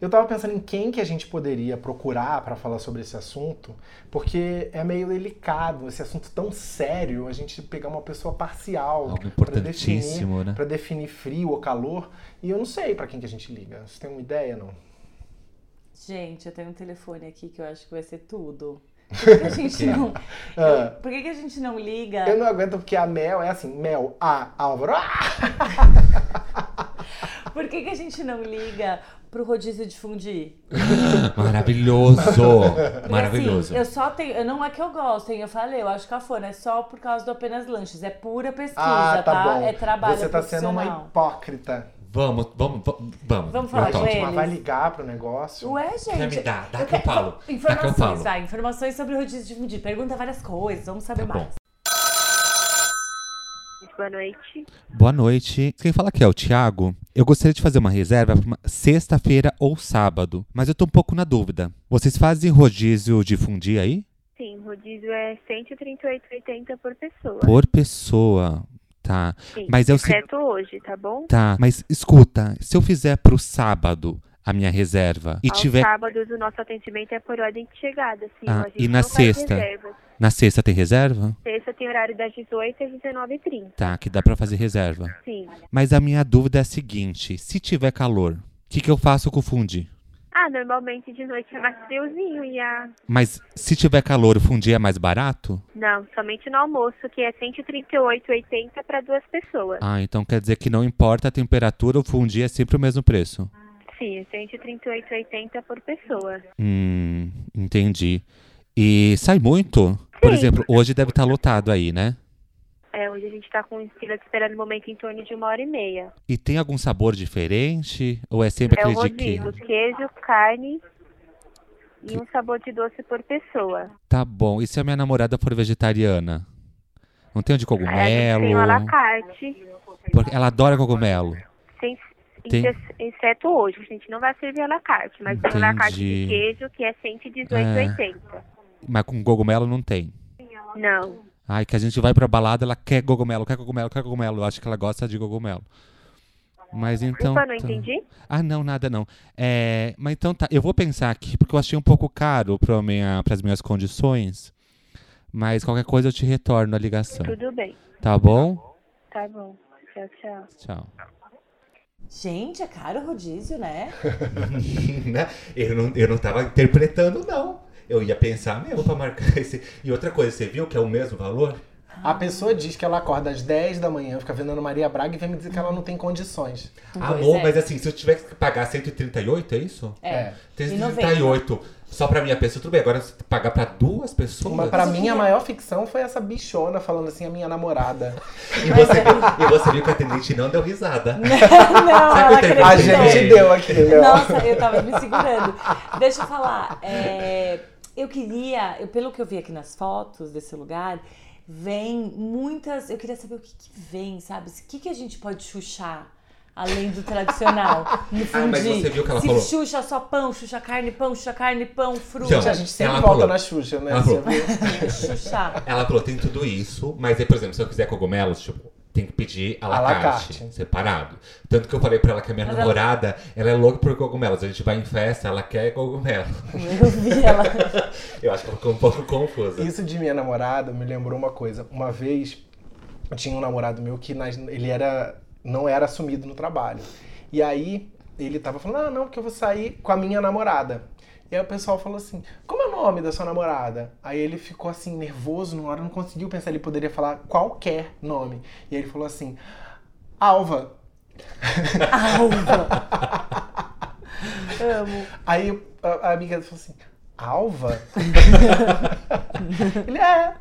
[SPEAKER 1] Eu tava pensando em quem que a gente poderia procurar para falar sobre esse assunto, porque é meio delicado esse assunto tão sério, a gente pegar uma pessoa parcial
[SPEAKER 4] Algo
[SPEAKER 1] para definir,
[SPEAKER 4] importantíssimo, né?
[SPEAKER 1] pra definir frio ou calor, e eu não sei para quem que a gente liga. Vocês têm uma ideia, não?
[SPEAKER 2] Gente, eu tenho um telefone aqui que eu acho que vai ser
[SPEAKER 1] *laughs*
[SPEAKER 2] tudo. Por que, que a gente não.
[SPEAKER 1] É. Ah.
[SPEAKER 2] Por que, que a gente não liga?
[SPEAKER 1] Eu não aguento porque a Mel é assim, Mel, a Álvaro, ah!
[SPEAKER 2] Por que, que a gente não liga pro rodízio de fundir?
[SPEAKER 4] *gasps* Maravilhoso!
[SPEAKER 2] Porque,
[SPEAKER 4] Maravilhoso.
[SPEAKER 2] assim, eu só tenho. eu- Não é que eu gosto, hein? Eu falei, eu acho cafona. É só por causa do apenas lanches. É pura pesquisa,
[SPEAKER 1] Ah, tá bom.
[SPEAKER 2] É trabalho.
[SPEAKER 1] Você tá sendo uma
[SPEAKER 2] profissional.
[SPEAKER 1] hipócrita.
[SPEAKER 4] Vamos, vamos, vamos. Vamos,
[SPEAKER 2] Vamos falar
[SPEAKER 4] eu
[SPEAKER 2] com
[SPEAKER 4] topo.
[SPEAKER 2] ele?
[SPEAKER 1] Mas
[SPEAKER 2] Eles.
[SPEAKER 1] vai ligar pro negócio.
[SPEAKER 2] Ué, gente.
[SPEAKER 4] Quer me dar? Dá
[SPEAKER 2] eu
[SPEAKER 4] que eu
[SPEAKER 2] quero-
[SPEAKER 4] falo. Dá que eu
[SPEAKER 2] Informações,
[SPEAKER 4] falo.
[SPEAKER 2] vai. Informações sobre o rodízio de fundir. Pergunta várias coisas, vamos saber
[SPEAKER 4] Tá bom.
[SPEAKER 2] mais.
[SPEAKER 5] Boa noite.
[SPEAKER 4] Boa noite. Quem fala aqui é o Thiago. Eu gostaria de fazer uma reserva para sexta-feira ou sábado, mas eu tô um pouco na dúvida. Vocês fazem rodízio de fundir aí?
[SPEAKER 5] Sim, rodízio é 138,80 por pessoa.
[SPEAKER 4] Por pessoa, tá?
[SPEAKER 5] Sim,
[SPEAKER 4] Mas
[SPEAKER 2] é
[SPEAKER 4] eu sei.
[SPEAKER 5] Exceto hoje, tá bom?
[SPEAKER 4] Tá, mas escuta, se eu fizer pro sábado a minha reserva e
[SPEAKER 5] Aos
[SPEAKER 4] tiver.
[SPEAKER 5] sábados o nosso atendimento é por ordem de chegada, sim.
[SPEAKER 4] Ah,
[SPEAKER 5] a gente
[SPEAKER 4] e na
[SPEAKER 5] não faz
[SPEAKER 4] sexta?
[SPEAKER 5] reservas.
[SPEAKER 4] Na sexta tem reserva?
[SPEAKER 5] Sexta tem horário das 18 às 19h30,
[SPEAKER 4] Tá, que dá pra fazer reserva.
[SPEAKER 5] sim.
[SPEAKER 4] Mas a minha dúvida é a seguinte: se tiver calor, o que, que eu faço com o fundi?
[SPEAKER 5] Ah, normalmente de noite é mais friozinho e a...
[SPEAKER 4] Mas se tiver calor, o fundi é mais barato?
[SPEAKER 5] Não, somente no almoço, que é 138,80 para duas pessoas.
[SPEAKER 4] Ah, então quer dizer que não importa a temperatura, o fundi é sempre o mesmo preço.
[SPEAKER 5] Sim, é 138,80 por pessoa.
[SPEAKER 4] Hum, entendi. E sai muito? Por
[SPEAKER 5] Sim.
[SPEAKER 4] exemplo, hoje deve estar lotado aí, né?
[SPEAKER 5] É, hoje a gente tá com fila de espera no momento em torno de uma hora e meia.
[SPEAKER 4] E tem algum sabor diferente? Ou é sempre
[SPEAKER 5] É o
[SPEAKER 4] aquele de
[SPEAKER 5] rodízio,
[SPEAKER 4] queijo?
[SPEAKER 5] queijo, carne e um sabor de doce por pessoa.
[SPEAKER 4] Tá bom. E se a minha namorada for vegetariana? Não tem o de
[SPEAKER 5] É,
[SPEAKER 4] cogumelo?
[SPEAKER 5] tem o alacarte,
[SPEAKER 4] Porque ela adora cogumelo.
[SPEAKER 5] sem,
[SPEAKER 4] Tem-
[SPEAKER 5] exce- exceto hoje, a gente não vai servir alacarte, mas tem o alacarte de
[SPEAKER 4] Entendi.
[SPEAKER 5] queijo que é 118,80.
[SPEAKER 4] Mas com cogumelo não tem.
[SPEAKER 5] Não,
[SPEAKER 4] Ai, que a gente vai pra balada, ela quer cogumelo, quer cogumelo, quer cogumelo. Eu acho que ela gosta de cogumelo. Mas então.
[SPEAKER 5] desculpa, não
[SPEAKER 4] tá.
[SPEAKER 5] entendi.
[SPEAKER 4] Ah, não, nada não. É, mas então tá, eu vou pensar aqui, porque eu achei um pouco caro para minha, as minhas condições. Mas qualquer coisa eu te retorno a ligação.
[SPEAKER 5] Tudo bem,
[SPEAKER 4] Tá bom?
[SPEAKER 5] tá bom. Tchau, tchau.
[SPEAKER 4] Tchau.
[SPEAKER 2] Gente, é caro o rodízio,
[SPEAKER 4] *laughs*
[SPEAKER 2] né? *laughs*
[SPEAKER 4] Né? eu, não, eu não tava interpretando, não. Eu ia pensar mesmo pra marcar *laughs* esse. E outra coisa, você viu que é o mesmo valor?
[SPEAKER 1] A pessoa diz que ela acorda às 10 da manhã, fica vendo Ana Maria Braga e vem me dizer que ela não tem condições.
[SPEAKER 4] Amor,
[SPEAKER 2] é.
[SPEAKER 4] mas assim, se eu tivesse que pagar 138, é isso?
[SPEAKER 2] É.
[SPEAKER 4] 138. Só pra minha pessoa, tudo bem. Agora se pagar pra duas pessoas.
[SPEAKER 1] Mas pra
[SPEAKER 2] Mas
[SPEAKER 1] mim,
[SPEAKER 2] o
[SPEAKER 1] a
[SPEAKER 2] que- é?
[SPEAKER 1] maior ficção foi essa bichona falando assim, a minha namorada.
[SPEAKER 4] E você, e você viu que a atendente não deu risada.
[SPEAKER 2] Né? não,
[SPEAKER 4] Sabe
[SPEAKER 2] ela
[SPEAKER 4] que
[SPEAKER 2] acreditou.
[SPEAKER 4] tem-
[SPEAKER 1] A
[SPEAKER 4] Sim.
[SPEAKER 1] gente deu aqui, Léo.
[SPEAKER 2] Nossa, eu tava me segurando. Deixa eu falar. é, eu queria, eu- pelo que eu vi aqui nas fotos desse lugar, vem muitas. Eu queria saber o que, que vem, sabe? O que, que a gente pode chuchar? Além do
[SPEAKER 4] *laughs*
[SPEAKER 2] tradicional, no fundi.
[SPEAKER 4] Ah, mas você viu o que ela
[SPEAKER 2] Se
[SPEAKER 4] falou?
[SPEAKER 2] chucha só pão, chucha carne, pão, xuxa carne, pão, fruta.
[SPEAKER 4] Então,
[SPEAKER 1] A gente sempre
[SPEAKER 4] Ela
[SPEAKER 1] volta
[SPEAKER 4] falou.
[SPEAKER 1] na Xuxa, né?
[SPEAKER 4] Ela falou.
[SPEAKER 1] Você viu?
[SPEAKER 2] chuchar.
[SPEAKER 4] Ela falou, tem tudo isso, mas aí, por exemplo, se eu quiser cogumelos, tipo, tem que pedir à la
[SPEAKER 1] À la
[SPEAKER 4] carte,
[SPEAKER 1] carte.
[SPEAKER 4] separado. Tanto que eu falei pra ela que a minha
[SPEAKER 2] Mas ela-
[SPEAKER 4] namorada, ela... é louca por cogumelos. A gente vai em festa, ela quer cogumelo.
[SPEAKER 2] Eu vi
[SPEAKER 4] *laughs*
[SPEAKER 2] ela.
[SPEAKER 4] eu acho que ela ficou um pouco confusa.
[SPEAKER 1] Isso de minha namorada me lembrou uma coisa. Uma vez eu tinha um namorado meu que nas- ele era não era assumido no trabalho. E aí ele tava falando: "Ah, não, porque eu vou sair com a minha namorada". E aí o pessoal falou assim: "Como é o nome da sua namorada?". Aí ele ficou assim nervoso, numa hora não conseguiu pensar, ele poderia falar qualquer nome. E aí ele falou assim: "Alva".
[SPEAKER 2] Alva. Amo.
[SPEAKER 1] Aí a, a amiga falou assim:
[SPEAKER 2] *laughs*
[SPEAKER 1] Alva? Ele é,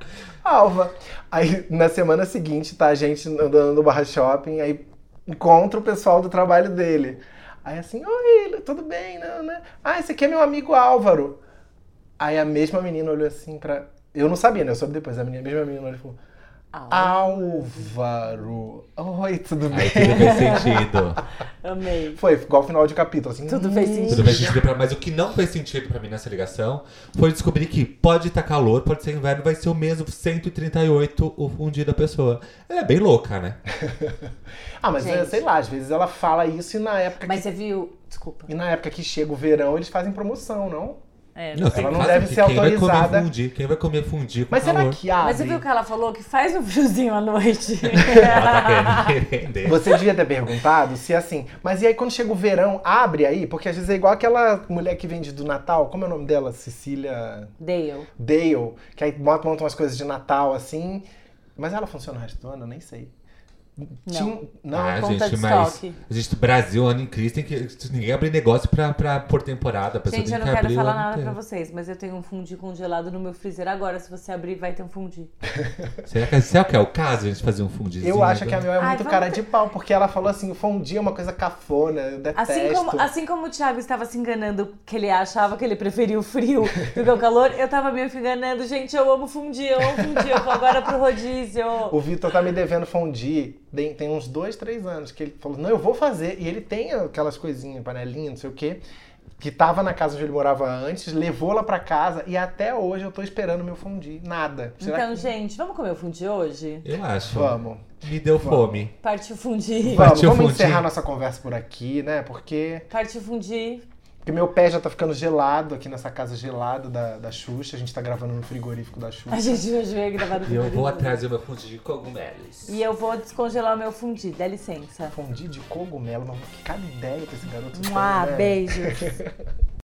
[SPEAKER 1] Alva. Aí na semana seguinte tá a gente andando no barra shopping, aí encontra o pessoal do trabalho dele. Aí assim, oi, tudo bem, né? né? Ah, esse aqui é meu amigo Álvaro. Aí a mesma menina olhou assim pra. Eu não sabia, né? Eu soube depois. A, menina, a mesma menina olhou e falou:
[SPEAKER 2] Alva.
[SPEAKER 1] Álvaro. Oi, tudo
[SPEAKER 4] Aí
[SPEAKER 1] bem?
[SPEAKER 4] tudo fez sentido.
[SPEAKER 2] Amei.
[SPEAKER 1] Foi, igual final de capítulo, assim.
[SPEAKER 2] Tudo fez sentido.
[SPEAKER 4] Tudo fez sentido pra... Mas o que não fez sentido pra mim nessa ligação foi descobrir que pode estar calor, pode ser inverno, vai ser o mesmo 138 o fundido da pessoa. Ela é bem louca, né?
[SPEAKER 1] Ah, mas
[SPEAKER 2] Gente.
[SPEAKER 4] É
[SPEAKER 1] sei lá, às vezes ela fala isso e na época
[SPEAKER 2] Mas você viu. desculpa.
[SPEAKER 1] E na época que chega o verão, eles fazem promoção, não?
[SPEAKER 2] É,
[SPEAKER 4] Não,
[SPEAKER 2] sei.
[SPEAKER 4] tem
[SPEAKER 1] ela não
[SPEAKER 4] fase
[SPEAKER 1] deve
[SPEAKER 4] que
[SPEAKER 1] ser
[SPEAKER 4] quem vai comer
[SPEAKER 1] autorizada.
[SPEAKER 4] fundi, quem vai comer fundi com
[SPEAKER 1] Mas será
[SPEAKER 4] calor?
[SPEAKER 1] que abre?
[SPEAKER 2] Mas você viu o que ela falou? Que faz um *laughs* friozinho à noite.
[SPEAKER 4] *laughs* Ela tá querendo *laughs* entender.
[SPEAKER 1] Você devia ter perguntado se assim. Mas e aí quando chega o verão, abre aí? Porque às vezes é igual aquela mulher que vende do Natal. Como é o nome dela? Cecília
[SPEAKER 2] Dale.
[SPEAKER 1] Dale. Que aí bota- monta umas coisas de Natal assim. Mas ela funciona o resto do ano? Eu nem sei. Tinha- um- não.
[SPEAKER 4] Ah,
[SPEAKER 2] conta
[SPEAKER 4] gente,
[SPEAKER 2] de
[SPEAKER 4] mas.
[SPEAKER 2] estoque.
[SPEAKER 4] A gente, Brasil, ano em crise, tem que. Ninguém abre negócio pra, pra, por temporada. A pessoa
[SPEAKER 2] Gente,
[SPEAKER 4] tem
[SPEAKER 2] eu não
[SPEAKER 4] que
[SPEAKER 2] quero
[SPEAKER 4] abrir o
[SPEAKER 2] falar
[SPEAKER 4] ano
[SPEAKER 2] nada pra
[SPEAKER 4] inteiro.
[SPEAKER 2] vocês, mas eu tenho um fundi congelado no meu freezer agora. Se você abrir, vai ter um fundi.
[SPEAKER 4] Será que, será que é o caso de a gente fazer um fundizinho?
[SPEAKER 1] Eu acho que a
[SPEAKER 4] agora?
[SPEAKER 1] Mel é
[SPEAKER 2] Ai,
[SPEAKER 1] muito
[SPEAKER 2] vamos
[SPEAKER 1] cara
[SPEAKER 2] ter-
[SPEAKER 1] de pau, porque ela falou assim: foi um dia uma coisa cafona, eu
[SPEAKER 4] É
[SPEAKER 1] detesto.
[SPEAKER 2] Assim como, assim como o Thiago estava se enganando que ele achava que ele preferia o frio do que o calor, eu tava me enganando. Gente, eu amo fundi, eu amo fundi. Eu vou agora pro
[SPEAKER 4] *laughs*
[SPEAKER 2] rodízio.
[SPEAKER 1] O Vitor tá me devendo fundir tem, tem uns dois, três anos, que ele falou, não, eu vou fazer. E ele tem aquelas coisinhas, panelinha, não sei o quê, que tava na casa onde ele morava antes, levou lá pra casa e até hoje eu tô esperando o meu fundir. Nada. Será
[SPEAKER 2] Então,
[SPEAKER 1] que...
[SPEAKER 2] gente, vamos comer o fundi hoje?
[SPEAKER 4] Eu acho.
[SPEAKER 1] Vamos.
[SPEAKER 4] Me deu fome.
[SPEAKER 2] Partiu fundi.
[SPEAKER 1] Vamos,
[SPEAKER 4] Partiu
[SPEAKER 1] vamos
[SPEAKER 4] fundir.
[SPEAKER 1] encerrar nossa conversa por aqui, né? Porque,
[SPEAKER 2] Partiu fundi.
[SPEAKER 1] porque meu pé já tá ficando gelado aqui nessa casa gelada da, da Xuxa. A gente tá gravando no frigorífico da Xuxa.
[SPEAKER 2] A gente hoje veio gravar no
[SPEAKER 4] E eu
[SPEAKER 2] frigorífico.
[SPEAKER 4] vou atrás do meu fundi de cogumelos.
[SPEAKER 2] E eu vou descongelar o meu fundi, dá licença.
[SPEAKER 1] Fundir de cogumelo, mas que cada ideia que esse garoto tem,
[SPEAKER 2] Um ah,
[SPEAKER 1] Tá, né?
[SPEAKER 2] beijos.